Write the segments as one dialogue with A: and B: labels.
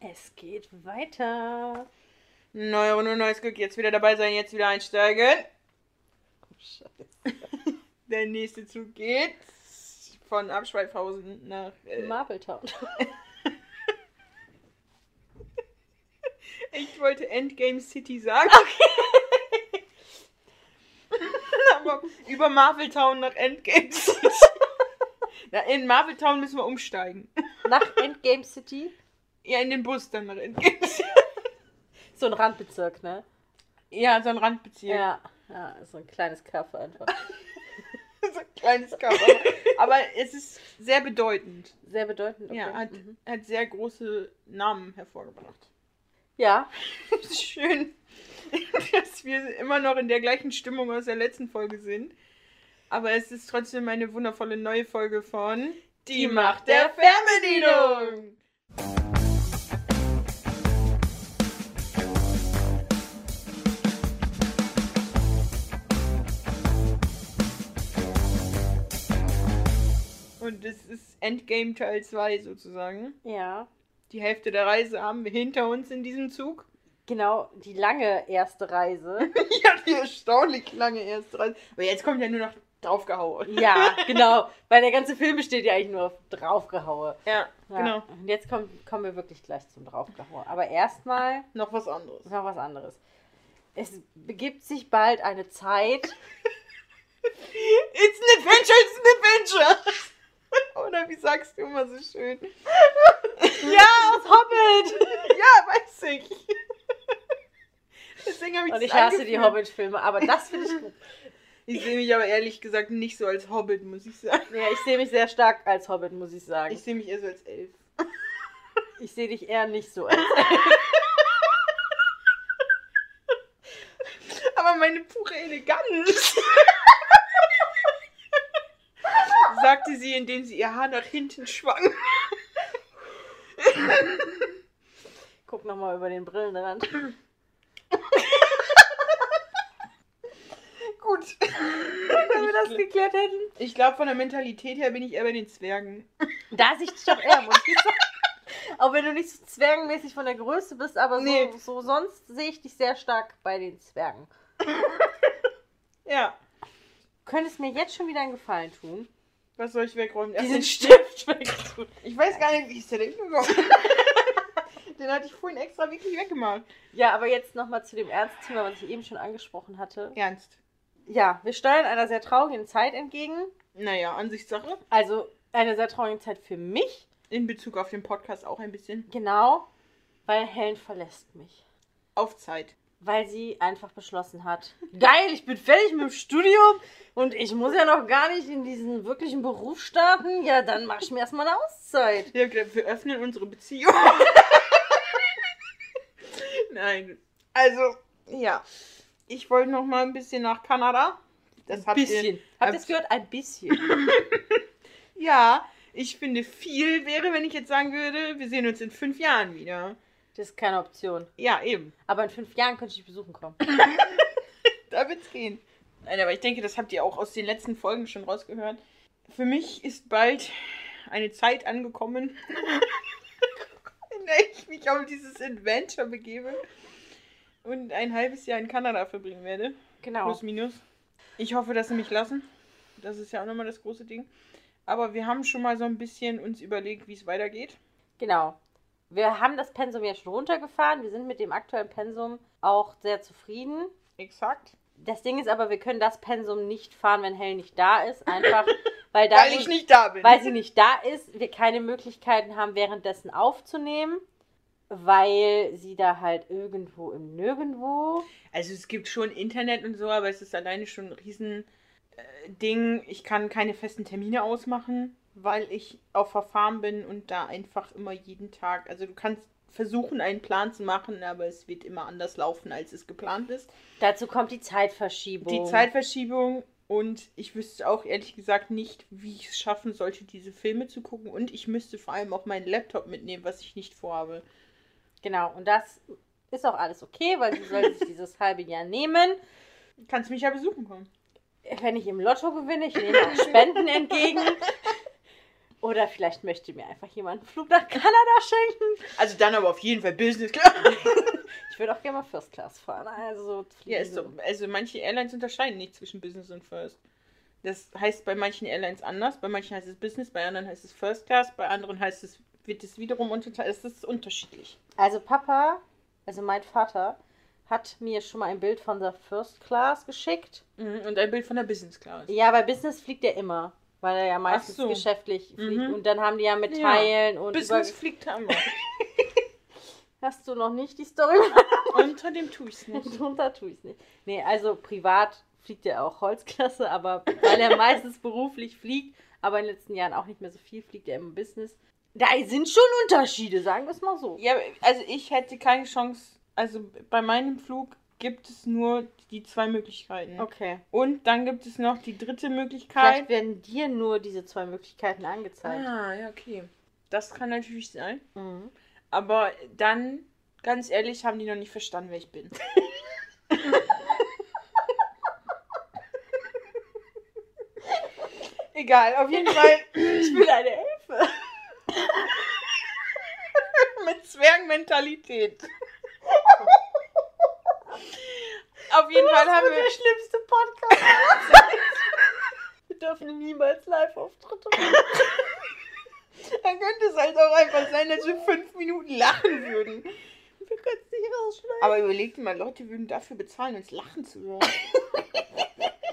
A: Es geht weiter.
B: Neue Runde, neues Glück. Jetzt wieder dabei sein, jetzt wieder einsteigen.
A: Oh,
B: Der nächste Zug geht von Abschweifhausen nach. Äh,
A: Marbletown.
B: ich wollte Endgame City sagen. Aber über Marvel Town nach Endgame City. Na, in Marvel Town müssen wir umsteigen.
A: Nach Endgame City.
B: Ja, in den Bus dann nach Endgame City.
A: So ein Randbezirk, ne?
B: Ja, so ein Randbezirk.
A: Ja. ja so ein kleines Kaffee einfach.
B: so ein kleines Cover. Aber es ist sehr bedeutend.
A: Sehr bedeutend. Okay.
B: Ja, hat,
A: mhm.
B: hat sehr große Namen hervorgebracht.
A: ja.
B: Schön, dass wir immer noch in der gleichen Stimmung aus der letzten Folge sind. Aber es ist trotzdem eine wundervolle neue Folge von Die Macht der Fernbedienung. Und es ist Endgame Teil 2 sozusagen.
A: Ja.
B: Die Hälfte der Reise haben wir hinter uns in diesem Zug.
A: Genau, die lange erste Reise.
B: ja, die erstaunlich lange erste Reise. Aber jetzt kommt ja nur noch draufgehauen.
A: Ja, genau. Weil der ganze Film besteht ja eigentlich nur auf Draufgehaue.
B: Ja,
A: Ja.
B: genau.
A: Und jetzt kommt, kommen wir wirklich gleich zum Draufgehaue. Aber erstmal
B: Noch was anderes.
A: noch was anderes. Es begibt sich bald eine Zeit.
B: It's an adventure, it's an adventure. Oder wie sagst du immer so schön?
A: ja, aus Hobbit!
B: ja, weiß ich. Deswegen habe ich
A: Und ich
B: das
A: hasse die
B: angefühlt.
A: Hobbit-Filme, aber das finde ich gut.
B: Ich sehe mich aber ehrlich gesagt nicht so als Hobbit, muss ich sagen.
A: Ja, ich sehe mich sehr stark als Hobbit, muss ich sagen.
B: Ich sehe mich eher so als Elf.
A: Ich sehe dich eher nicht so als.
B: Aber meine pure Eleganz. sagte sie, indem sie ihr Haar nach hinten schwang.
A: Guck nochmal über den Brillenrand.
B: Gut.
A: Wenn wir das geklärt hätten.
B: Ich glaube, von der Mentalität her bin ich eher bei den Zwergen.
A: Da sehe ich dich doch eher, muss ich sagen. Auch wenn du nicht so zwergenmäßig von der Größe bist, aber so,
B: Nee.
A: so sonst sehe ich dich sehr stark bei den Zwergen.
B: Ja.
A: Du könntest mir jetzt schon wieder einen Gefallen tun.
B: Was soll ich wegräumen?
A: Diesen
B: Erst
A: Stift wegtun.
B: den- ich weiß gar nicht, wie ist der denn hingekommen? den hatte ich vorhin extra wirklich weggemacht.
A: Ja, aber jetzt nochmal zu dem Ernstthema, was ich eben schon angesprochen hatte.
B: Ernst.
A: Ja, wir steuern einer sehr traurigen Zeit entgegen.
B: Naja, Ansichtssache.
A: Also einer sehr traurigen Zeit für mich,
B: In Bezug auf den Podcast auch ein bisschen.
A: genau, weil Helen verlässt mich.
B: Auf Zeit.
A: Weil sie einfach beschlossen hat, geil, ich bin fertig mit dem Studium und ich muss ja noch gar nicht in diesen wirklichen Beruf starten. Ja, dann mach ich mir erstmal eine Auszeit.
B: Ich hab gedacht, wir öffnen unsere Beziehung. Nein. Also, ja. Ich wollte noch mal ein bisschen nach Kanada. Das habt ihr
A: bisschen. Habt ihr es gehört? Ein bisschen.
B: Ja, ich finde, viel wäre, wenn ich jetzt sagen würde, wir sehen uns in fünf Jahren wieder.
A: Das ist keine Option.
B: Ja, eben.
A: Aber in fünf Jahren könnte ich dich besuchen kommen.
B: Da wird's gehen. Nein, aber ich denke, das habt ihr auch aus den letzten Folgen schon rausgehört. Für mich ist bald eine Zeit angekommen, in der ich mich auf dieses Adventure begebe und ein halbes Jahr in Kanada verbringen werde.
A: Genau.
B: Plus, minus. Ich hoffe, dass sie mich lassen. Das ist ja auch nochmal das große Ding. Aber wir haben schon mal so ein bisschen uns überlegt, wie es weitergeht.
A: Genau. Wir haben das Pensum jetzt schon runtergefahren. Wir sind mit dem aktuellen Pensum auch sehr zufrieden.
B: Exakt.
A: Das Ding ist aber, wir können das Pensum nicht fahren, wenn Hell nicht da ist. Einfach, weil, da
B: weil ich nicht da bin.
A: weil sie nicht da ist, wir keine Möglichkeiten haben, währenddessen aufzunehmen, weil sie da halt irgendwo im Nirgendwo.
B: Also es gibt schon Internet und so, aber es ist alleine schon ein riesen äh, Ding. Ich kann keine festen Termine ausmachen, weil ich auf Verfahren bin und da einfach immer jeden Tag. Also du kannst versuchen, einen Plan zu machen, aber es wird immer anders laufen, als es geplant ist.
A: Dazu kommt die Zeitverschiebung.
B: Die Zeitverschiebung und ich wüsste auch ehrlich gesagt nicht, wie ich es schaffen sollte, diese Filme zu gucken. Und ich müsste vor allem auch meinen Laptop mitnehmen, was ich nicht vorhabe.
A: Genau, und das ist auch alles okay, weil sie soll sich dieses halbe Jahr nehmen.
B: Du kannst mich ja besuchen kommen.
A: Wenn ich im Lotto gewinne, ich nehme auch Spenden entgegen. Oder vielleicht möchte mir einfach jemand einen Flug nach Kanada schenken.
B: Also dann aber auf jeden Fall Business, klar.
A: Ich würde auch gerne mal First Class fahren. Also
B: Ja, ist so. Also manche Airlines unterscheiden nicht zwischen Business und First. Das heißt bei manchen Airlines anders, bei manchen heißt es Business, bei anderen heißt es First Class, bei anderen heißt es, wird es wiederum unterteilt. Es ist unterschiedlich.
A: Also Papa, also mein Vater, hat mir schon mal ein Bild von der First Class geschickt.
B: Mhm, Und ein Bild von der Business Class.
A: Ja, bei Business fliegt er immer, weil er ja meistens
B: so.
A: geschäftlich fliegt.
B: Mhm.
A: Und dann haben die ja mit
B: Ja.
A: Teilen und
B: Business
A: über...
B: fliegt Hammer.
A: Hast du noch nicht die Story?
B: Unter dem tue ich es nicht.
A: Drunter tue ich es nicht. Nee, also privat fliegt er auch Holzklasse, aber weil er meistens beruflich fliegt, aber in den letzten Jahren auch nicht mehr so viel, fliegt er im Business. Da sind schon Unterschiede, sagen wir es mal so.
B: Ja, also ich hätte keine Chance. Also bei meinem Flug gibt es nur die zwei Möglichkeiten.
A: Okay.
B: Und dann gibt es noch die dritte
A: Vielleicht
B: Möglichkeit.
A: werden dir nur diese zwei Möglichkeiten angezeigt.
B: Ah, ja, okay. Das kann natürlich sein.
A: Mhm.
B: Aber dann, ganz ehrlich, haben die noch nicht verstanden, wer ich bin. Egal, auf jeden Fall
A: Ich bin eine Elfe.
B: mit Zwergenmentalität. auf jeden Fall haben wir.
A: schlimmste Podcast. wir dürfen niemals Live-Auftritte machen.
B: Dann könnte es halt auch einfach sein, dass wir fünf Minuten lachen würden.
A: Wir können es nicht rausschneiden.
B: Aber überlegt mal, Leute würden dafür bezahlen, uns lachen zu hören.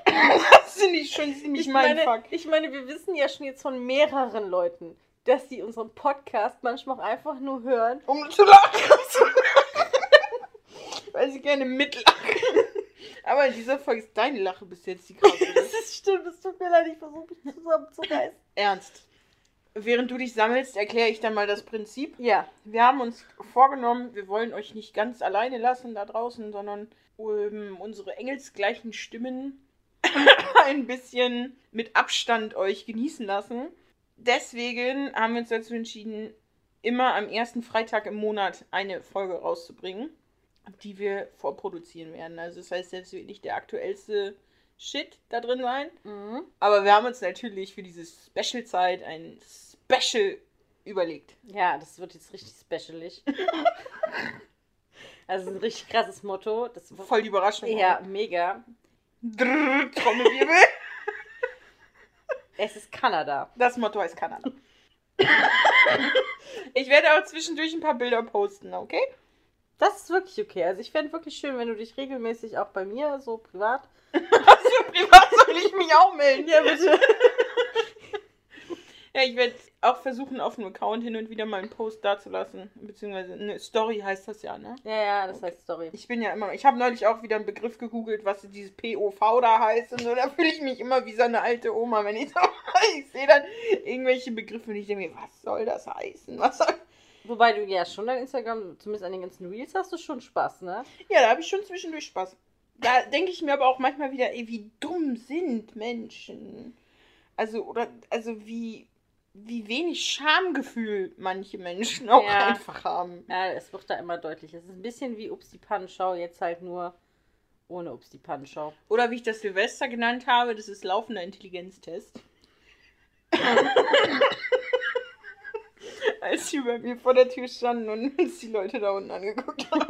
B: das ist nicht schon
A: Ich
B: ziemlich mein
A: meine,
B: Fuck.
A: ich meine, wir wissen ja schon jetzt von mehreren Leuten, dass sie unseren Podcast manchmal auch einfach nur hören.
B: Um zu lachen. Weil sie gerne mitlachen. Aber in dieser Folge ist deine Lache bis jetzt die
A: Das
B: krasseste.
A: ist stimmt, es tut mir leid, ich versuche mich zusammenzureißen.
B: Ernst. Während du dich sammelst, erkläre ich dann mal das Prinzip.
A: Ja,
B: Wir haben uns vorgenommen, wir wollen euch nicht ganz alleine lassen da draußen, sondern ähm, unsere engelsgleichen Stimmen ein bisschen mit Abstand euch genießen lassen. Deswegen haben wir uns dazu entschieden, immer am ersten Freitag im Monat eine Folge rauszubringen, die wir vorproduzieren werden. Also das heißt, selbst wird nicht der aktuellste Shit da drin sein.
A: mhm.
B: Aber wir haben uns natürlich für diese Special-Zeit ein Special überlegt.
A: ja, das wird jetzt richtig specialig. Also ein richtig krasses Motto. Das wird,
B: Voll die Überraschung.
A: ja, mega.
B: Drrrr, Trommelwirbel.
A: Es ist Kanada.
B: Das Motto heißt Kanada. Ich werde auch zwischendurch ein paar Bilder posten, okay?
A: Das ist wirklich okay. Also ich fände wirklich schön, wenn du dich regelmäßig auch bei mir, so privat.
B: Also privat soll ich mich auch melden. Ja,
A: bitte.
B: ja ich werde auch versuchen, auf dem Account hin und wieder mal einen Post dazulassen. Beziehungsweise eine Story heißt das ja, ne?
A: Ja, ja, das heißt Story.
B: Ich bin ja immer. Ich habe neulich auch wieder einen Begriff gegoogelt, was dieses POV da heißt und so. Da fühle ich mich immer wie so eine alte Oma, wenn ich so. Ich sehe dann irgendwelche Begriffe und ich denke mir, was soll das heißen? Was soll
A: Wobei du ja schon an Instagram, zumindest an den ganzen Reels, hast du schon Spaß, ne?
B: Ja, da habe ich schon zwischendurch Spaß. Da denke ich mir aber auch manchmal wieder, ey, wie dumm sind Menschen. Also, oder, also wie, wie wenig Schamgefühl manche Menschen auch
A: Ja.
B: einfach haben.
A: Ja, es wird da immer deutlich. Es ist ein bisschen wie Ups die Pannenschau, jetzt halt nur ohne Ups die Pannenschau.
B: Oder wie ich das Silvester genannt habe, das ist laufender Intelligenztest. Als sie bei mir vor der Tür standen und uns die Leute da unten angeguckt haben.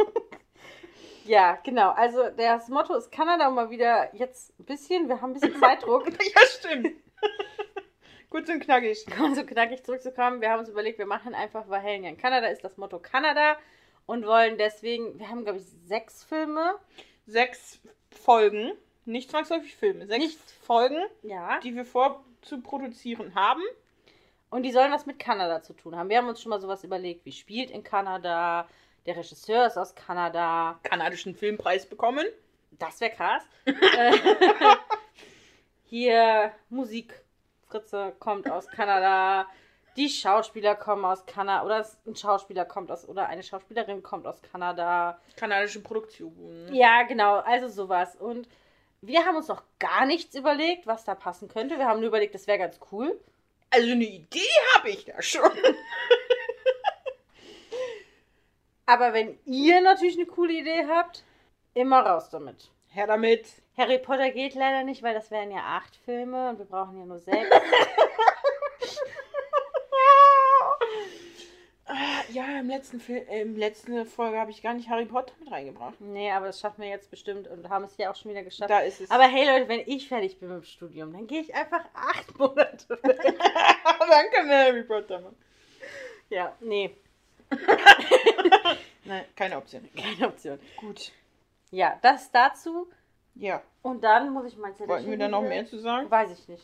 A: Ja, genau. Also das Motto ist Kanada mal wieder jetzt ein bisschen, wir haben ein bisschen Zeitdruck,
B: ja, stimmt. Kurz und knackig.
A: um so knackig zurückzukommen. Wir haben uns überlegt, wir machen einfach, weil Helen ja in Kanada ist, das Motto Kanada und wollen deswegen, wir haben glaube ich sechs Filme.
B: sechs Folgen, nicht zwangsläufig Filme, sechs
A: Nicht.
B: Folgen,
A: Ja.
B: die wir vorzuproduzieren haben.
A: Und die sollen was mit Kanada zu tun haben. Wir haben uns schon mal sowas überlegt, wie spielt in Kanada, der Regisseur ist aus Kanada.
B: Kanadischen Filmpreis bekommen.
A: Das wäre krass. Äh, Hier, Musik. Fritze kommt aus Kanada. Die Schauspieler kommen aus Kanada. Oder es- ein Schauspieler kommt aus. Oder eine Schauspielerin kommt aus Kanada.
B: Kanadische Produktion.
A: Ja, genau. Also sowas. Und wir haben uns noch gar nichts überlegt, was da passen könnte. Wir haben nur überlegt, das wäre ganz cool.
B: Also eine Idee habe ich da schon.
A: Aber wenn ihr natürlich eine coole Idee habt, immer raus damit.
B: Her damit.
A: Harry Potter geht leider nicht, weil das wären ja acht Filme und wir brauchen ja nur sechs.
B: Ah, Ja, im letzten Film, äh, im letzten Folge habe ich gar nicht Harry Potter mit reingebracht.
A: Nee, aber das schaffen wir jetzt bestimmt und haben es ja auch schon wieder geschafft.
B: Da ist es.
A: Aber hey Leute, wenn ich fertig bin mit dem Studium, dann gehe ich einfach acht Monate weg.
B: dann können wir Harry Potter machen.
A: Ja, nee,
B: Nein, keine Option.
A: keine Option.
B: Gut.
A: Ja, das dazu.
B: Ja.
A: Und dann muss ich mein Zettel
B: Wollten wir da noch mehr zu sagen?
A: Weiß ich nicht.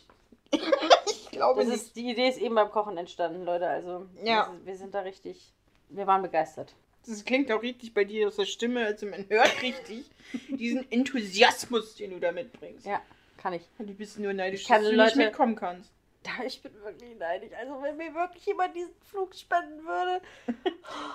B: Ich glaube
A: Das ist, die Idee ist eben beim Kochen entstanden, Leute. Also wir,
B: Ja.
A: sind- wir sind da richtig, wir waren begeistert.
B: Das klingt auch richtig bei dir aus der Stimme, also man hört richtig diesen Enthusiasmus, den du da mitbringst.
A: Ja. Kann ich.
B: Und ich bist nur neidisch,
A: Ich kann
B: dass du
A: Leute-
B: nicht mitkommen kannst.
A: Da, ich bin wirklich neidisch. Also wenn mir wirklich jemand diesen Flug spenden würde.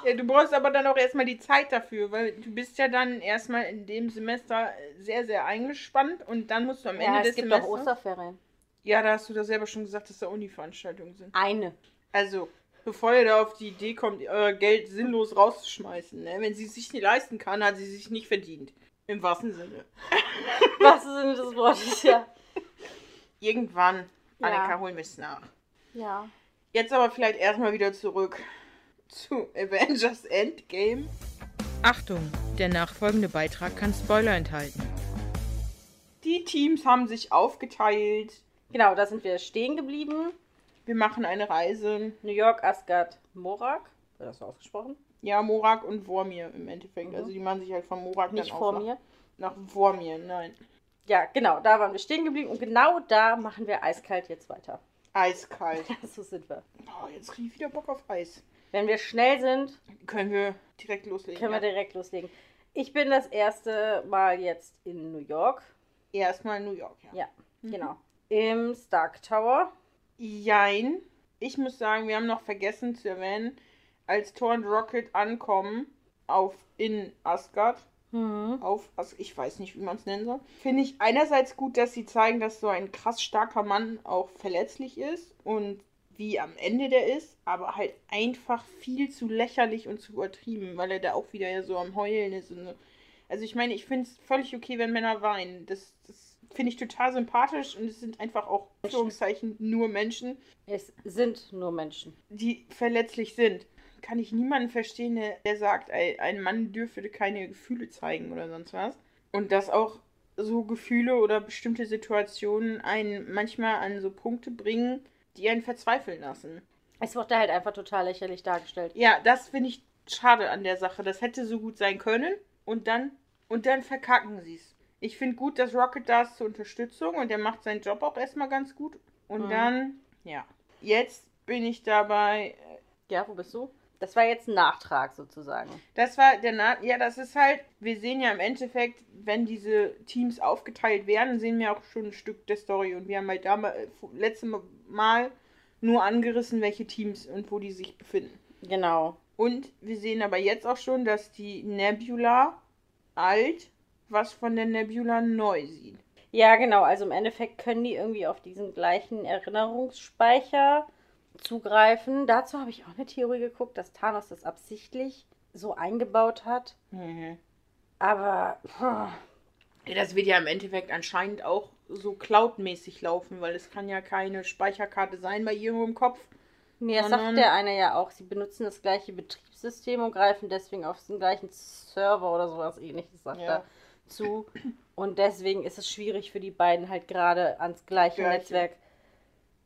B: Ja, du brauchst aber dann auch erstmal die Zeit dafür, weil du bist ja dann erstmal in dem Semester sehr, sehr eingespannt und dann musst du am Ende
A: ja,
B: des
A: es gibt
B: Semesters...
A: doch Osterferien.
B: Ja, da hast du doch selber schon gesagt, dass da Uni-Veranstaltungen sind.
A: Eine.
B: Also, bevor ihr da auf die Idee kommt, euer Geld sinnlos rauszuschmeißen, ne? wenn sie es sich nicht leisten kann, hat sie es sich nicht verdient. Im wahrsten Sinne.
A: Was sind das Wortes? Ja.
B: Irgendwann,
A: Ja.
B: Annika, holen wir es nach.
A: Ja.
B: Jetzt aber vielleicht erstmal wieder zurück zu Avengers Endgame. Achtung, der nachfolgende Beitrag kann Spoiler enthalten. Die Teams haben sich aufgeteilt.
A: Genau, da sind wir stehen geblieben.
B: Wir machen eine Reise.
A: New York, Asgard, Morak. Wird das so ausgesprochen?
B: Ja, Morak und Vormir im Endeffekt.
A: Mhm.
B: Also die machen sich halt von Morak
A: Nicht
B: dann
A: vor
B: auf
A: mir.
B: Nach, nach Vormir, nein.
A: Ja, genau, da waren wir stehen geblieben und genau da machen wir eiskalt jetzt weiter.
B: Eiskalt.
A: so sind wir.
B: Oh, jetzt kriege ich wieder Bock auf Eis.
A: Wenn wir schnell sind,
B: Können wir direkt loslegen?
A: können wir
B: ja.
A: direkt loslegen. Ich bin das erste Mal jetzt in New York.
B: Erstmal New York, ja.
A: Ja,
B: Mhm.
A: genau. Im Stark Tower.
B: Jein. Ich muss sagen, wir haben noch vergessen zu erwähnen, als Thor und Rocket ankommen auf in Asgard,
A: Mhm.
B: auf As ich weiß nicht, wie man es nennen soll, finde ich einerseits gut, dass sie zeigen, dass so ein krass starker Mann auch verletzlich ist und wie am Ende der ist, aber halt einfach viel zu lächerlich und zu übertrieben, weil er da auch wieder ja so am Heulen ist. Und so. Also ich meine, ich finde es völlig okay, wenn Männer weinen. Das, das finde ich total sympathisch und es sind einfach auch, in Anführungszeichen, nur Menschen
A: Es sind nur Menschen.
B: die verletzlich sind. Kann ich niemanden verstehen, der- der sagt, ey, ein Mann dürfte keine Gefühle zeigen oder sonst was. Und dass auch so Gefühle oder bestimmte Situationen einen manchmal an so Punkte bringen, die einen verzweifeln lassen.
A: Es wurde halt einfach total lächerlich dargestellt.
B: Ja, das finde ich schade an der Sache. Das hätte so gut sein können und dann und dann verkacken sie es. Ich finde gut, dass Rocket da ist zur Unterstützung und er macht seinen Job auch erstmal ganz gut. Und
A: Mhm.
B: dann, ja. Jetzt bin ich dabei, äh,
A: Ja, wo bist du? Das war jetzt ein Nachtrag sozusagen.
B: Das war der Na ja, das ist halt, wir sehen ja im Endeffekt, wenn diese Teams aufgeteilt werden, sehen wir auch schon ein Stück der Story. Und wir haben halt damals, äh, vo- letzte Mal nur angerissen, welche Teams und wo die sich befinden.
A: Genau.
B: Und wir sehen aber jetzt auch schon, dass die Nebula alt was von der Nebula neu sieht.
A: Ja, genau. Also im Endeffekt können die irgendwie auf diesen gleichen Erinnerungsspeicher zugreifen. Dazu habe ich auch eine Theorie geguckt, dass Thanos das absichtlich so eingebaut hat. Aber puh,
B: Ja, das wird ja im Endeffekt anscheinend auch so cloudmäßig laufen, weil es kann ja keine Speicherkarte sein bei ihrem Kopf.
A: mir
B: Sondern-
A: sagt der eine ja auch, sie benutzen das gleiche Betriebssystem und greifen deswegen auf den gleichen Server oder sowas ähnliches, sagt
B: Ja.
A: er, zu. Und deswegen ist es schwierig für die beiden halt gerade ans gleiche
B: Gleiche.
A: Netzwerk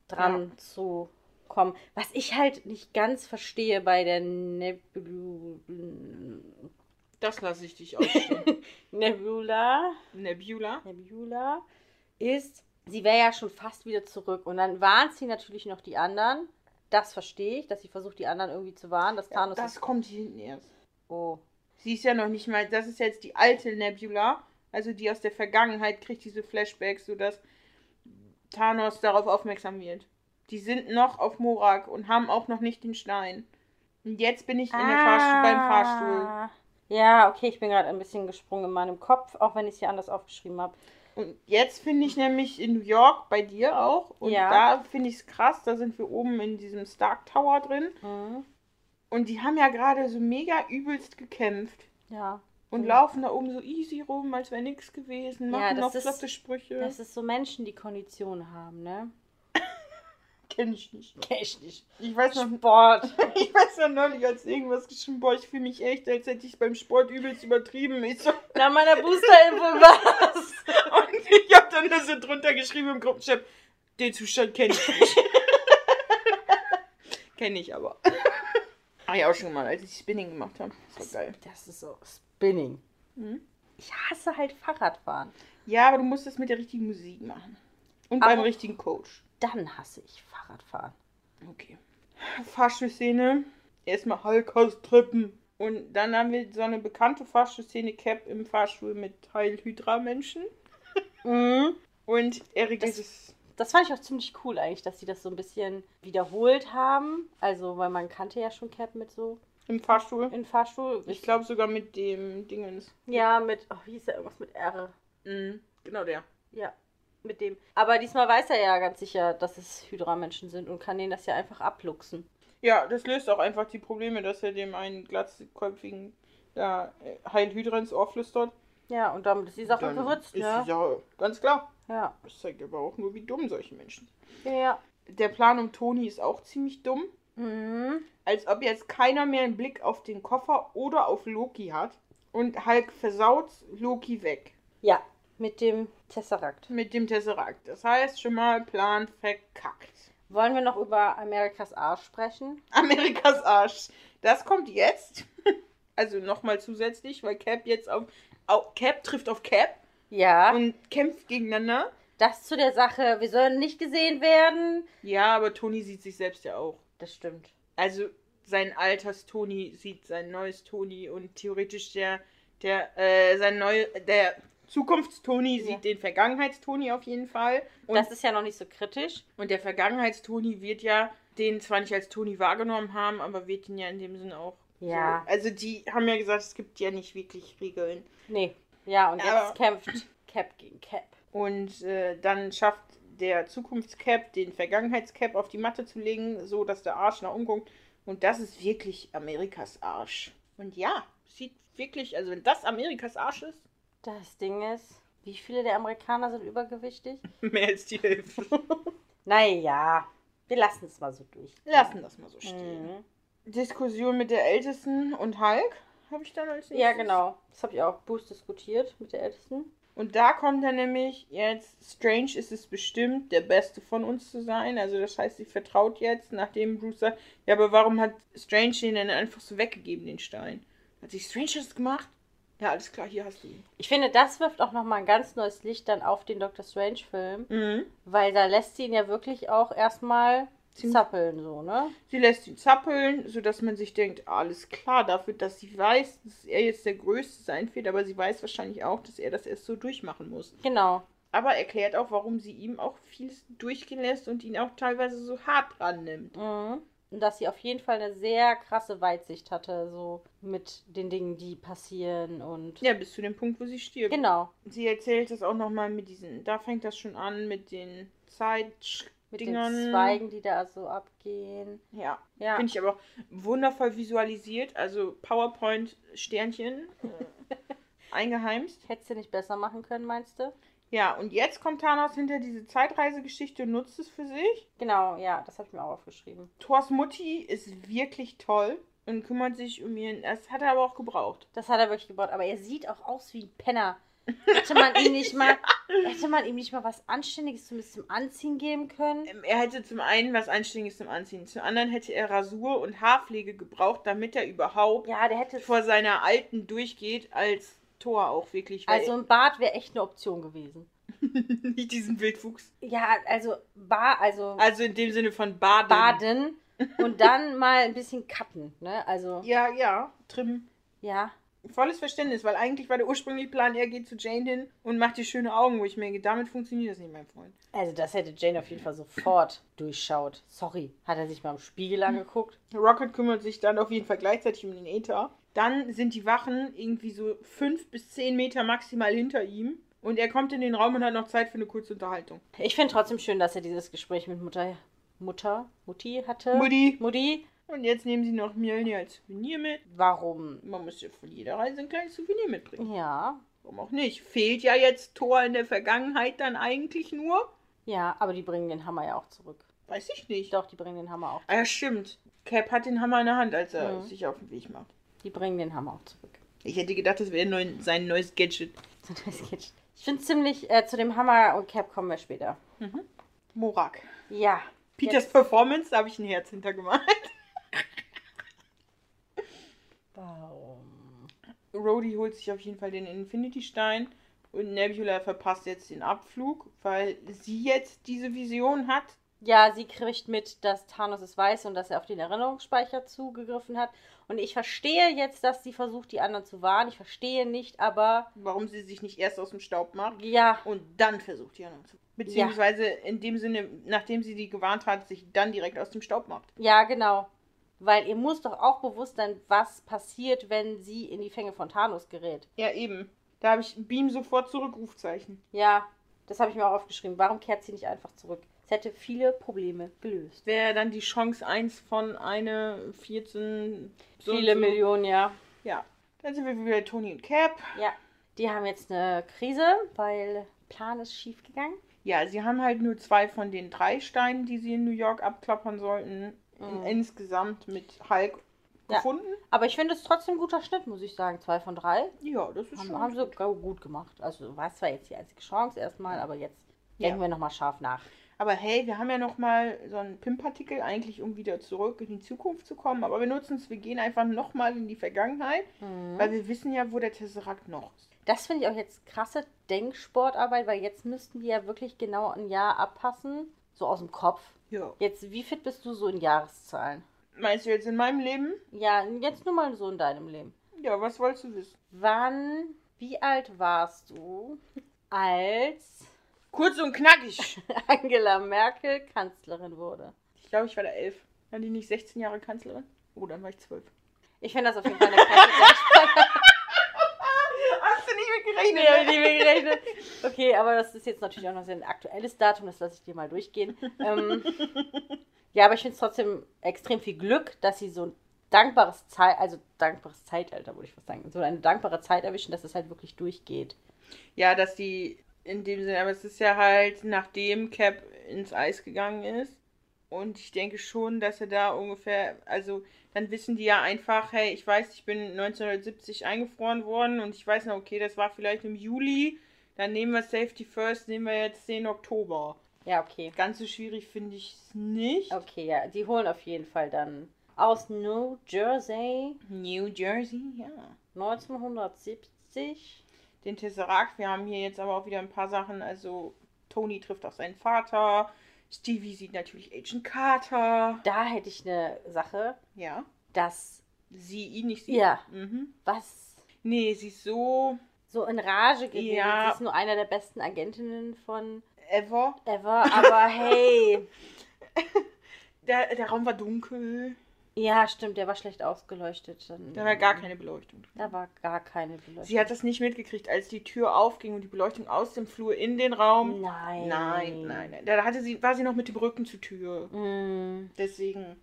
A: dran zu kommen. Was ich halt nicht ganz verstehe bei der Nebul
B: Das lasse ich dich ausstehen.
A: Nebula,
B: Nebula?
A: Nebula ist, sie wäre ja schon fast wieder zurück. Und dann warnt sie natürlich noch die anderen. Das verstehe ich, dass sie versucht, die anderen irgendwie zu warnen. Dass Thanos
B: das kommt hier hinten erst.
A: Oh.
B: Sie ist ja noch nicht mal, das ist jetzt die alte Nebula, also die aus der Vergangenheit kriegt diese Flashbacks, sodass Thanos darauf aufmerksam wird. Die sind noch auf Morak und haben auch noch nicht den Stein. Und jetzt bin ich in der Fahrstuhl, beim Fahrstuhl.
A: Ah. Ja, okay, ich bin gerade ein bisschen gesprungen in meinem Kopf, auch wenn ich es hier anders aufgeschrieben habe.
B: Und jetzt finde ich nämlich in New York bei dir auch. Und
A: Ja.
B: da finde ich es krass, da sind wir oben in diesem Stark Tower drin.
A: Mhm,
B: Und die haben ja gerade so mega übelst gekämpft.
A: Ja.
B: Und
A: Mhm.
B: laufen da oben so easy rum, als wäre nichts gewesen,
A: Ja,
B: machen
A: das
B: noch
A: ist-
B: flotte Sprüche.
A: Das ist so Menschen, die Kondition haben, ne?
B: kenne ich nicht.
A: Technisch.
B: Ich weiß noch,
A: Also, Sport.
B: ich weiß noch neulich, als irgendwas geschrieben, boah, ich fühle mich echt, als hätte ich es beim Sport übelst übertrieben. Ich so,
A: Nach meiner Boosterimpfung war's.
B: und ich habe dann da so drunter geschrieben im Gruppenchat, den Zustand kenne ich nicht. kenne ich aber. Ach ja, auch schon mal, als ich Spinning gemacht habe. Das war geil.
A: Das ist so Spinning.
B: Mhm.
A: Ich hasse halt Fahrradfahren.
B: Ja, aber du musst das mit der richtigen Musik machen. Und
A: Aber-
B: beim richtigen Coach.
A: Dann hasse ich Fahrradfahren.
B: Okay. Fahrstuhlszene. Erstmal Halkhaus-Treppen. Und dann haben wir so eine bekannte Fahrstuhlszene, Cap im Fahrstuhl mit Heil-Hydra-Menschen. Mhm. Und Erik
A: Das-
B: ist es.
A: Das fand ich auch ziemlich cool eigentlich, dass sie das so ein bisschen wiederholt haben. Also, weil man kannte ja schon Cap mit so
B: Im Fahrstuhl.
A: in Fahrstuhl.
B: Ich glaube sogar mit dem Dingens.
A: Ja, mit, oh, wie hieß der irgendwas mit R?
B: Genau der.
A: Ja, mit dem. Aber diesmal weiß er ja ganz sicher, dass es Hydra-Menschen sind und kann denen das ja einfach abluchsen.
B: Ja, das löst auch einfach die Probleme, dass er dem einen glatzköpfigen da, äh, Heil-Hydra ins Ohr flüstert.
A: Ja, und damit ist die Sache
B: Dann
A: gewürzt,
B: ist
A: ne?
B: die Sache ganz klar.
A: Ja.
B: Das zeigt aber auch nur, wie dumm solche Menschen sind.
A: Ja, ja.
B: Der Plan um Toni ist auch ziemlich dumm.
A: Mhm.
B: als ob jetzt keiner mehr einen Blick auf den Koffer oder auf Loki hat. Und Hulk versaut Loki weg
A: Ja, mit dem Tesseract.
B: mit dem Tesseract. Das heißt schon mal Plan verkackt.
A: Wollen wir noch über Amerikas Arsch sprechen?
B: Amerikas Arsch. Das kommt jetzt. Also nochmal zusätzlich, weil Cap jetzt auf, auf Cap trifft auf Cap
A: Ja.
B: und kämpft gegeneinander.
A: Das zu der Sache, wir sollen nicht gesehen werden.
B: Ja, aber Tony sieht sich selbst ja auch.
A: Das stimmt.
B: Also sein alters Toni sieht sein neues Toni und theoretisch der der äh, sein neu der Zukunftstoni
A: Ja.
B: sieht den Vergangenheitstoni auf jeden Fall und,
A: das ist ja noch nicht so kritisch.
B: und der Vergangenheitstoni wird ja den zwar nicht als Toni wahrgenommen haben, aber wird ihn ja in dem Sinne auch.
A: Ja.
B: So. Also die haben ja gesagt, es gibt ja nicht wirklich Regeln.
A: Nee. Ja, und jetzt
B: Aber-
A: kämpft Cap gegen Cap.
B: Und äh, dann schafft der Zukunftscap den Vergangenheitscap auf die Matte zu legen, so dass der Arsch nach umguckt. Und das ist wirklich Amerikas Arsch. Und ja, sieht wirklich, also wenn das Amerikas Arsch ist,
A: Das Ding ist, wie viele der Amerikaner sind übergewichtig?
B: mehr als die Hälfte.
A: Naja, wir lassen es mal so durch.
B: Lassen das mal so stehen.
A: Mhm.
B: Diskussion mit der Ältesten und Hulk habe ich dann als nächstes.
A: Ja, genau. Das habe ich auch Boost diskutiert mit der Ältesten.
B: Und da kommt dann nämlich jetzt, Strange ist es bestimmt, der Beste von uns zu sein. Also das heißt, sie vertraut jetzt, nachdem Bruce sagt, ja, aber warum hat Strange den denn einfach so weggegeben, den Stein? Hat sich Strange das gemacht? Ja, alles klar, hier hast du ihn.
A: Ich finde, das wirft auch nochmal ein ganz neues Licht dann auf den Doctor Strange-Film,
B: Mhm.
A: weil da lässt sie ihn ja wirklich auch erstmal
B: Ziemlich-
A: zappeln, so, ne?
B: Sie lässt ihn zappeln, sodass man sich denkt, alles klar, dafür, dass sie weiß, dass er jetzt der Größte sein wird, aber sie weiß wahrscheinlich auch, dass er das erst so durchmachen muss.
A: Genau.
B: Aber erklärt auch, warum sie ihm auch vieles durchgehen lässt und ihn auch teilweise so hart rannimmt.
A: Mhm. Und dass sie auf jeden Fall eine sehr krasse Weitsicht hatte, so mit den Dingen, die passieren und.
B: Ja, bis zu dem Punkt, wo sie stirbt.
A: Genau.
B: Sie erzählt das auch nochmal mit diesen, da fängt das schon an mit den
A: Mit
B: Zeitdingern.
A: den Zweigen, die da so abgehen.
B: Ja,
A: Ja.
B: finde ich aber auch wundervoll visualisiert. Also PowerPoint-Sternchen äh, eingeheimst.
A: Hättest du nicht besser machen können, meinst du?
B: Ja, und jetzt kommt Thanos hinter diese Zeitreisegeschichte und nutzt es für sich.
A: Genau, ja, das habe ich mir auch aufgeschrieben.
B: Thors Mutti ist wirklich toll und kümmert sich um ihren. Das hat er aber auch gebraucht.
A: Das hat er wirklich gebaut. Aber er sieht auch aus wie ein Penner. Hätte man ihm nicht mal, hätte man ihm nicht mal was Anständiges zumindest zum Anziehen geben können?
B: Ähm, Er hätte zum einen was Einständiges zum Anziehen, zum anderen hätte er Rasur und Haarpflege gebraucht, damit er überhaupt
A: Ja, der hätte.
B: vor seiner alten durchgeht als Tor auch wirklich. Weil
A: Also ein Bart wäre echt eine Option gewesen.
B: nicht diesen Wildwuchs.
A: Ja, also Bar, also
B: Also in dem Sinne von Baden.
A: baden und dann mal ein bisschen cutten, ne? Also
B: Ja, ja, Trim.
A: ja,
B: Volles Verständnis, weil eigentlich war der ursprüngliche Plan, er geht zu Jane hin und macht dir schöne Augen, wo ich mir denke, damit funktioniert das nicht, mein Freund.
A: also das hätte Jane auf jeden Fall sofort durchschaut. Sorry, hat er sich mal im Spiegel angeguckt?
B: Rocket kümmert sich dann auf jeden Fall gleichzeitig um den Äther. Dann sind die Wachen irgendwie so fünf bis zehn Meter maximal hinter ihm. Und er kommt in den Raum und hat noch Zeit für eine kurze Unterhaltung.
A: Ich finde trotzdem schön, dass er dieses Gespräch mit Mutter, Mutter, Mutti hatte.
B: Mutti.
A: Mutti,
B: Und jetzt nehmen sie noch Mjölnir als Souvenir mit.
A: warum?
B: Man muss ja von jeder Reise ein kleines Souvenir mitbringen.
A: Ja,
B: Warum auch nicht? Fehlt ja jetzt Thor in der Vergangenheit dann eigentlich nur.
A: ja, aber die bringen den Hammer ja auch zurück.
B: Weiß ich nicht.
A: Doch, die bringen den Hammer auch.
B: Ah, ja, stimmt. Cap hat den Hammer in der Hand, als er
A: Mhm.
B: sich auf den Weg macht.
A: Die bringen den Hammer auch zurück.
B: Ich hätte gedacht, das wäre neu, sein neues Gadget.
A: So, das geht. Ich finde es ziemlich. Äh, zu dem Hammer und Cap kommen wir später.
B: Morak.
A: Ja.
B: Peters
A: jetzt-
B: Performance, da habe ich ein Herz hintergemalt.
A: Baum.
B: Rhodey holt sich auf jeden Fall den Infinity-Stein und Nebula verpasst jetzt den Abflug, weil sie jetzt diese Vision hat.
A: Ja, sie kriegt mit, dass Thanos es weiß und dass er auf den Erinnerungsspeicher zugegriffen hat. Und ich verstehe jetzt, dass sie versucht, die anderen zu warnen. Ich verstehe nicht, aber
B: Warum sie sich nicht erst aus dem Staub macht
A: ja,
B: und dann versucht, die anderen zu. Beziehungsweise in dem Sinne, nachdem sie die gewarnt hat, sich dann direkt aus dem Staub macht.
A: ja, genau. Weil ihr muss doch auch bewusst sein, was passiert, wenn sie in die Fänge von Thanos gerät.
B: Ja, eben. Da habe ich Beam sofort zurück, Rufzeichen.
A: Ja, das habe ich mir auch aufgeschrieben. Warum kehrt sie nicht einfach zurück? Es hätte viele Probleme gelöst.
B: Wäre dann die Chance 1 von eine 14. so und
A: Viele
B: so.
A: Millionen, ja.
B: Ja. Dann sind wir wieder Tony und Cap.
A: Ja. Die haben jetzt eine Krise, weil Plan ist schief gegangen.
B: Ja, sie haben halt nur zwei von den drei Steinen, die sie in New York abklappern sollten, in,
A: Mhm.
B: insgesamt mit Hulk
A: Ja.
B: gefunden.
A: Aber ich finde es trotzdem ein guter Schnitt, muss ich sagen. Zwei von drei.
B: Ja, das ist
A: Haben,
B: schon.
A: haben sie go- gut gemacht. Also war es zwar jetzt die einzige Chance erstmal, aber jetzt
B: Ja.
A: denken wir nochmal scharf nach.
B: Aber hey, wir haben ja nochmal so einen Pimpartikel eigentlich, um wieder zurück in die Zukunft zu kommen. Aber wir nutzen es, wir gehen einfach nochmal in die Vergangenheit,
A: Mhm.
B: weil wir wissen ja, wo der Tesseract noch ist.
A: Das finde ich auch jetzt krasse Denksportarbeit, weil jetzt müssten die ja wirklich genau ein Jahr abpassen. So aus dem Kopf.
B: Ja.
A: Jetzt, wie fit bist du so in Jahreszahlen?
B: Meinst du jetzt in meinem Leben?
A: Ja, jetzt nur mal so in deinem Leben.
B: Ja, was wolltest du wissen?
A: Wann, wie alt warst du, als
B: Kurz und knackig.
A: Angela Merkel Kanzlerin wurde?
B: ich glaube, ich war da elf. War die nicht 16 Jahre Kanzlerin? Oh, dann war ich zwölf.
A: Ich finde das auf jeden Fall eine krasse
B: Hast du nicht ne? mitgerechnet?
A: Nee, hab ich nicht mehr gerechnet. Okay, aber das ist jetzt natürlich auch noch sehr ein aktuelles Datum, das lasse ich dir mal durchgehen. Ähm, ja, aber ich finde es trotzdem extrem viel Glück, dass sie so ein dankbares Zeit, also dankbares Zeitalter, würde ich fast sagen, so eine dankbare Zeit erwischen, dass es halt wirklich durchgeht.
B: Ja, dass die in dem Sinne, aber es ist ja halt, nachdem Cap ins Eis gegangen ist. Und ich denke schon, dass er da ungefähr, also dann wissen die ja einfach, hey, ich weiß, ich bin 1970 eingefroren worden und ich weiß noch, okay, das war vielleicht im Juli, dann nehmen wir Safety First, nehmen wir jetzt den Oktober.
A: Ja, okay.
B: Ganz so schwierig finde ich es nicht.
A: Okay, ja, die holen auf jeden Fall dann aus New Jersey
B: New Jersey, ja.
A: 1970.
B: Den Tesseract, wir haben hier jetzt aber auch wieder ein paar Sachen, also Tony trifft auf seinen Vater, Stevie sieht natürlich Agent Carter.
A: Da hätte ich eine Sache,
B: Ja.
A: dass,
B: Sie ihn nicht sieht.
A: ja,
B: Mhm.
A: was
B: Nee, sie ist so
A: so in Rage gewesen.
B: Ja.
A: Sie ist nur einer der besten Agentinnen von
B: ever.
A: ever, aber hey.
B: Der, der Raum war dunkel.
A: Ja, stimmt, der war schlecht ausgeleuchtet. Dann,
B: Da war gar keine Beleuchtung. drin.
A: Da war gar keine Beleuchtung.
B: Sie hat das nicht mitgekriegt, als die Tür aufging und die Beleuchtung aus dem Flur in den Raum.
A: Nein.
B: Nein, nein, nein. Da hatte sie, war sie noch mit dem Rücken zur Tür.
A: Mm.
B: Deswegen.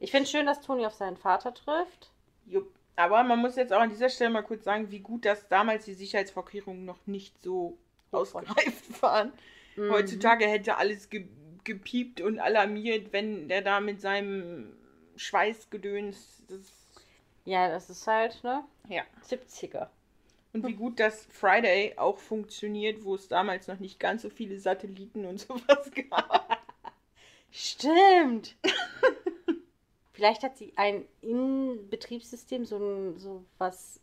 A: Ich finde schön, dass Toni auf seinen Vater trifft.
B: Jupp. Aber man muss jetzt auch an dieser Stelle mal kurz sagen, wie gut, dass damals die Sicherheitsvorkehrungen noch nicht so ausgereift waren.
A: Mhm.
B: Heutzutage hätte alles ge gepiept und alarmiert, wenn der da mit seinem Schweißgedöns. Das
A: Ja, das ist halt, ne?
B: Ja.
A: 70er.
B: Und wie gut, dass Friday auch funktioniert, wo es damals noch nicht ganz so viele Satelliten und sowas gab.
A: Stimmt. Vielleicht hat sie ein Innenbetriebssystem, so, ein, so was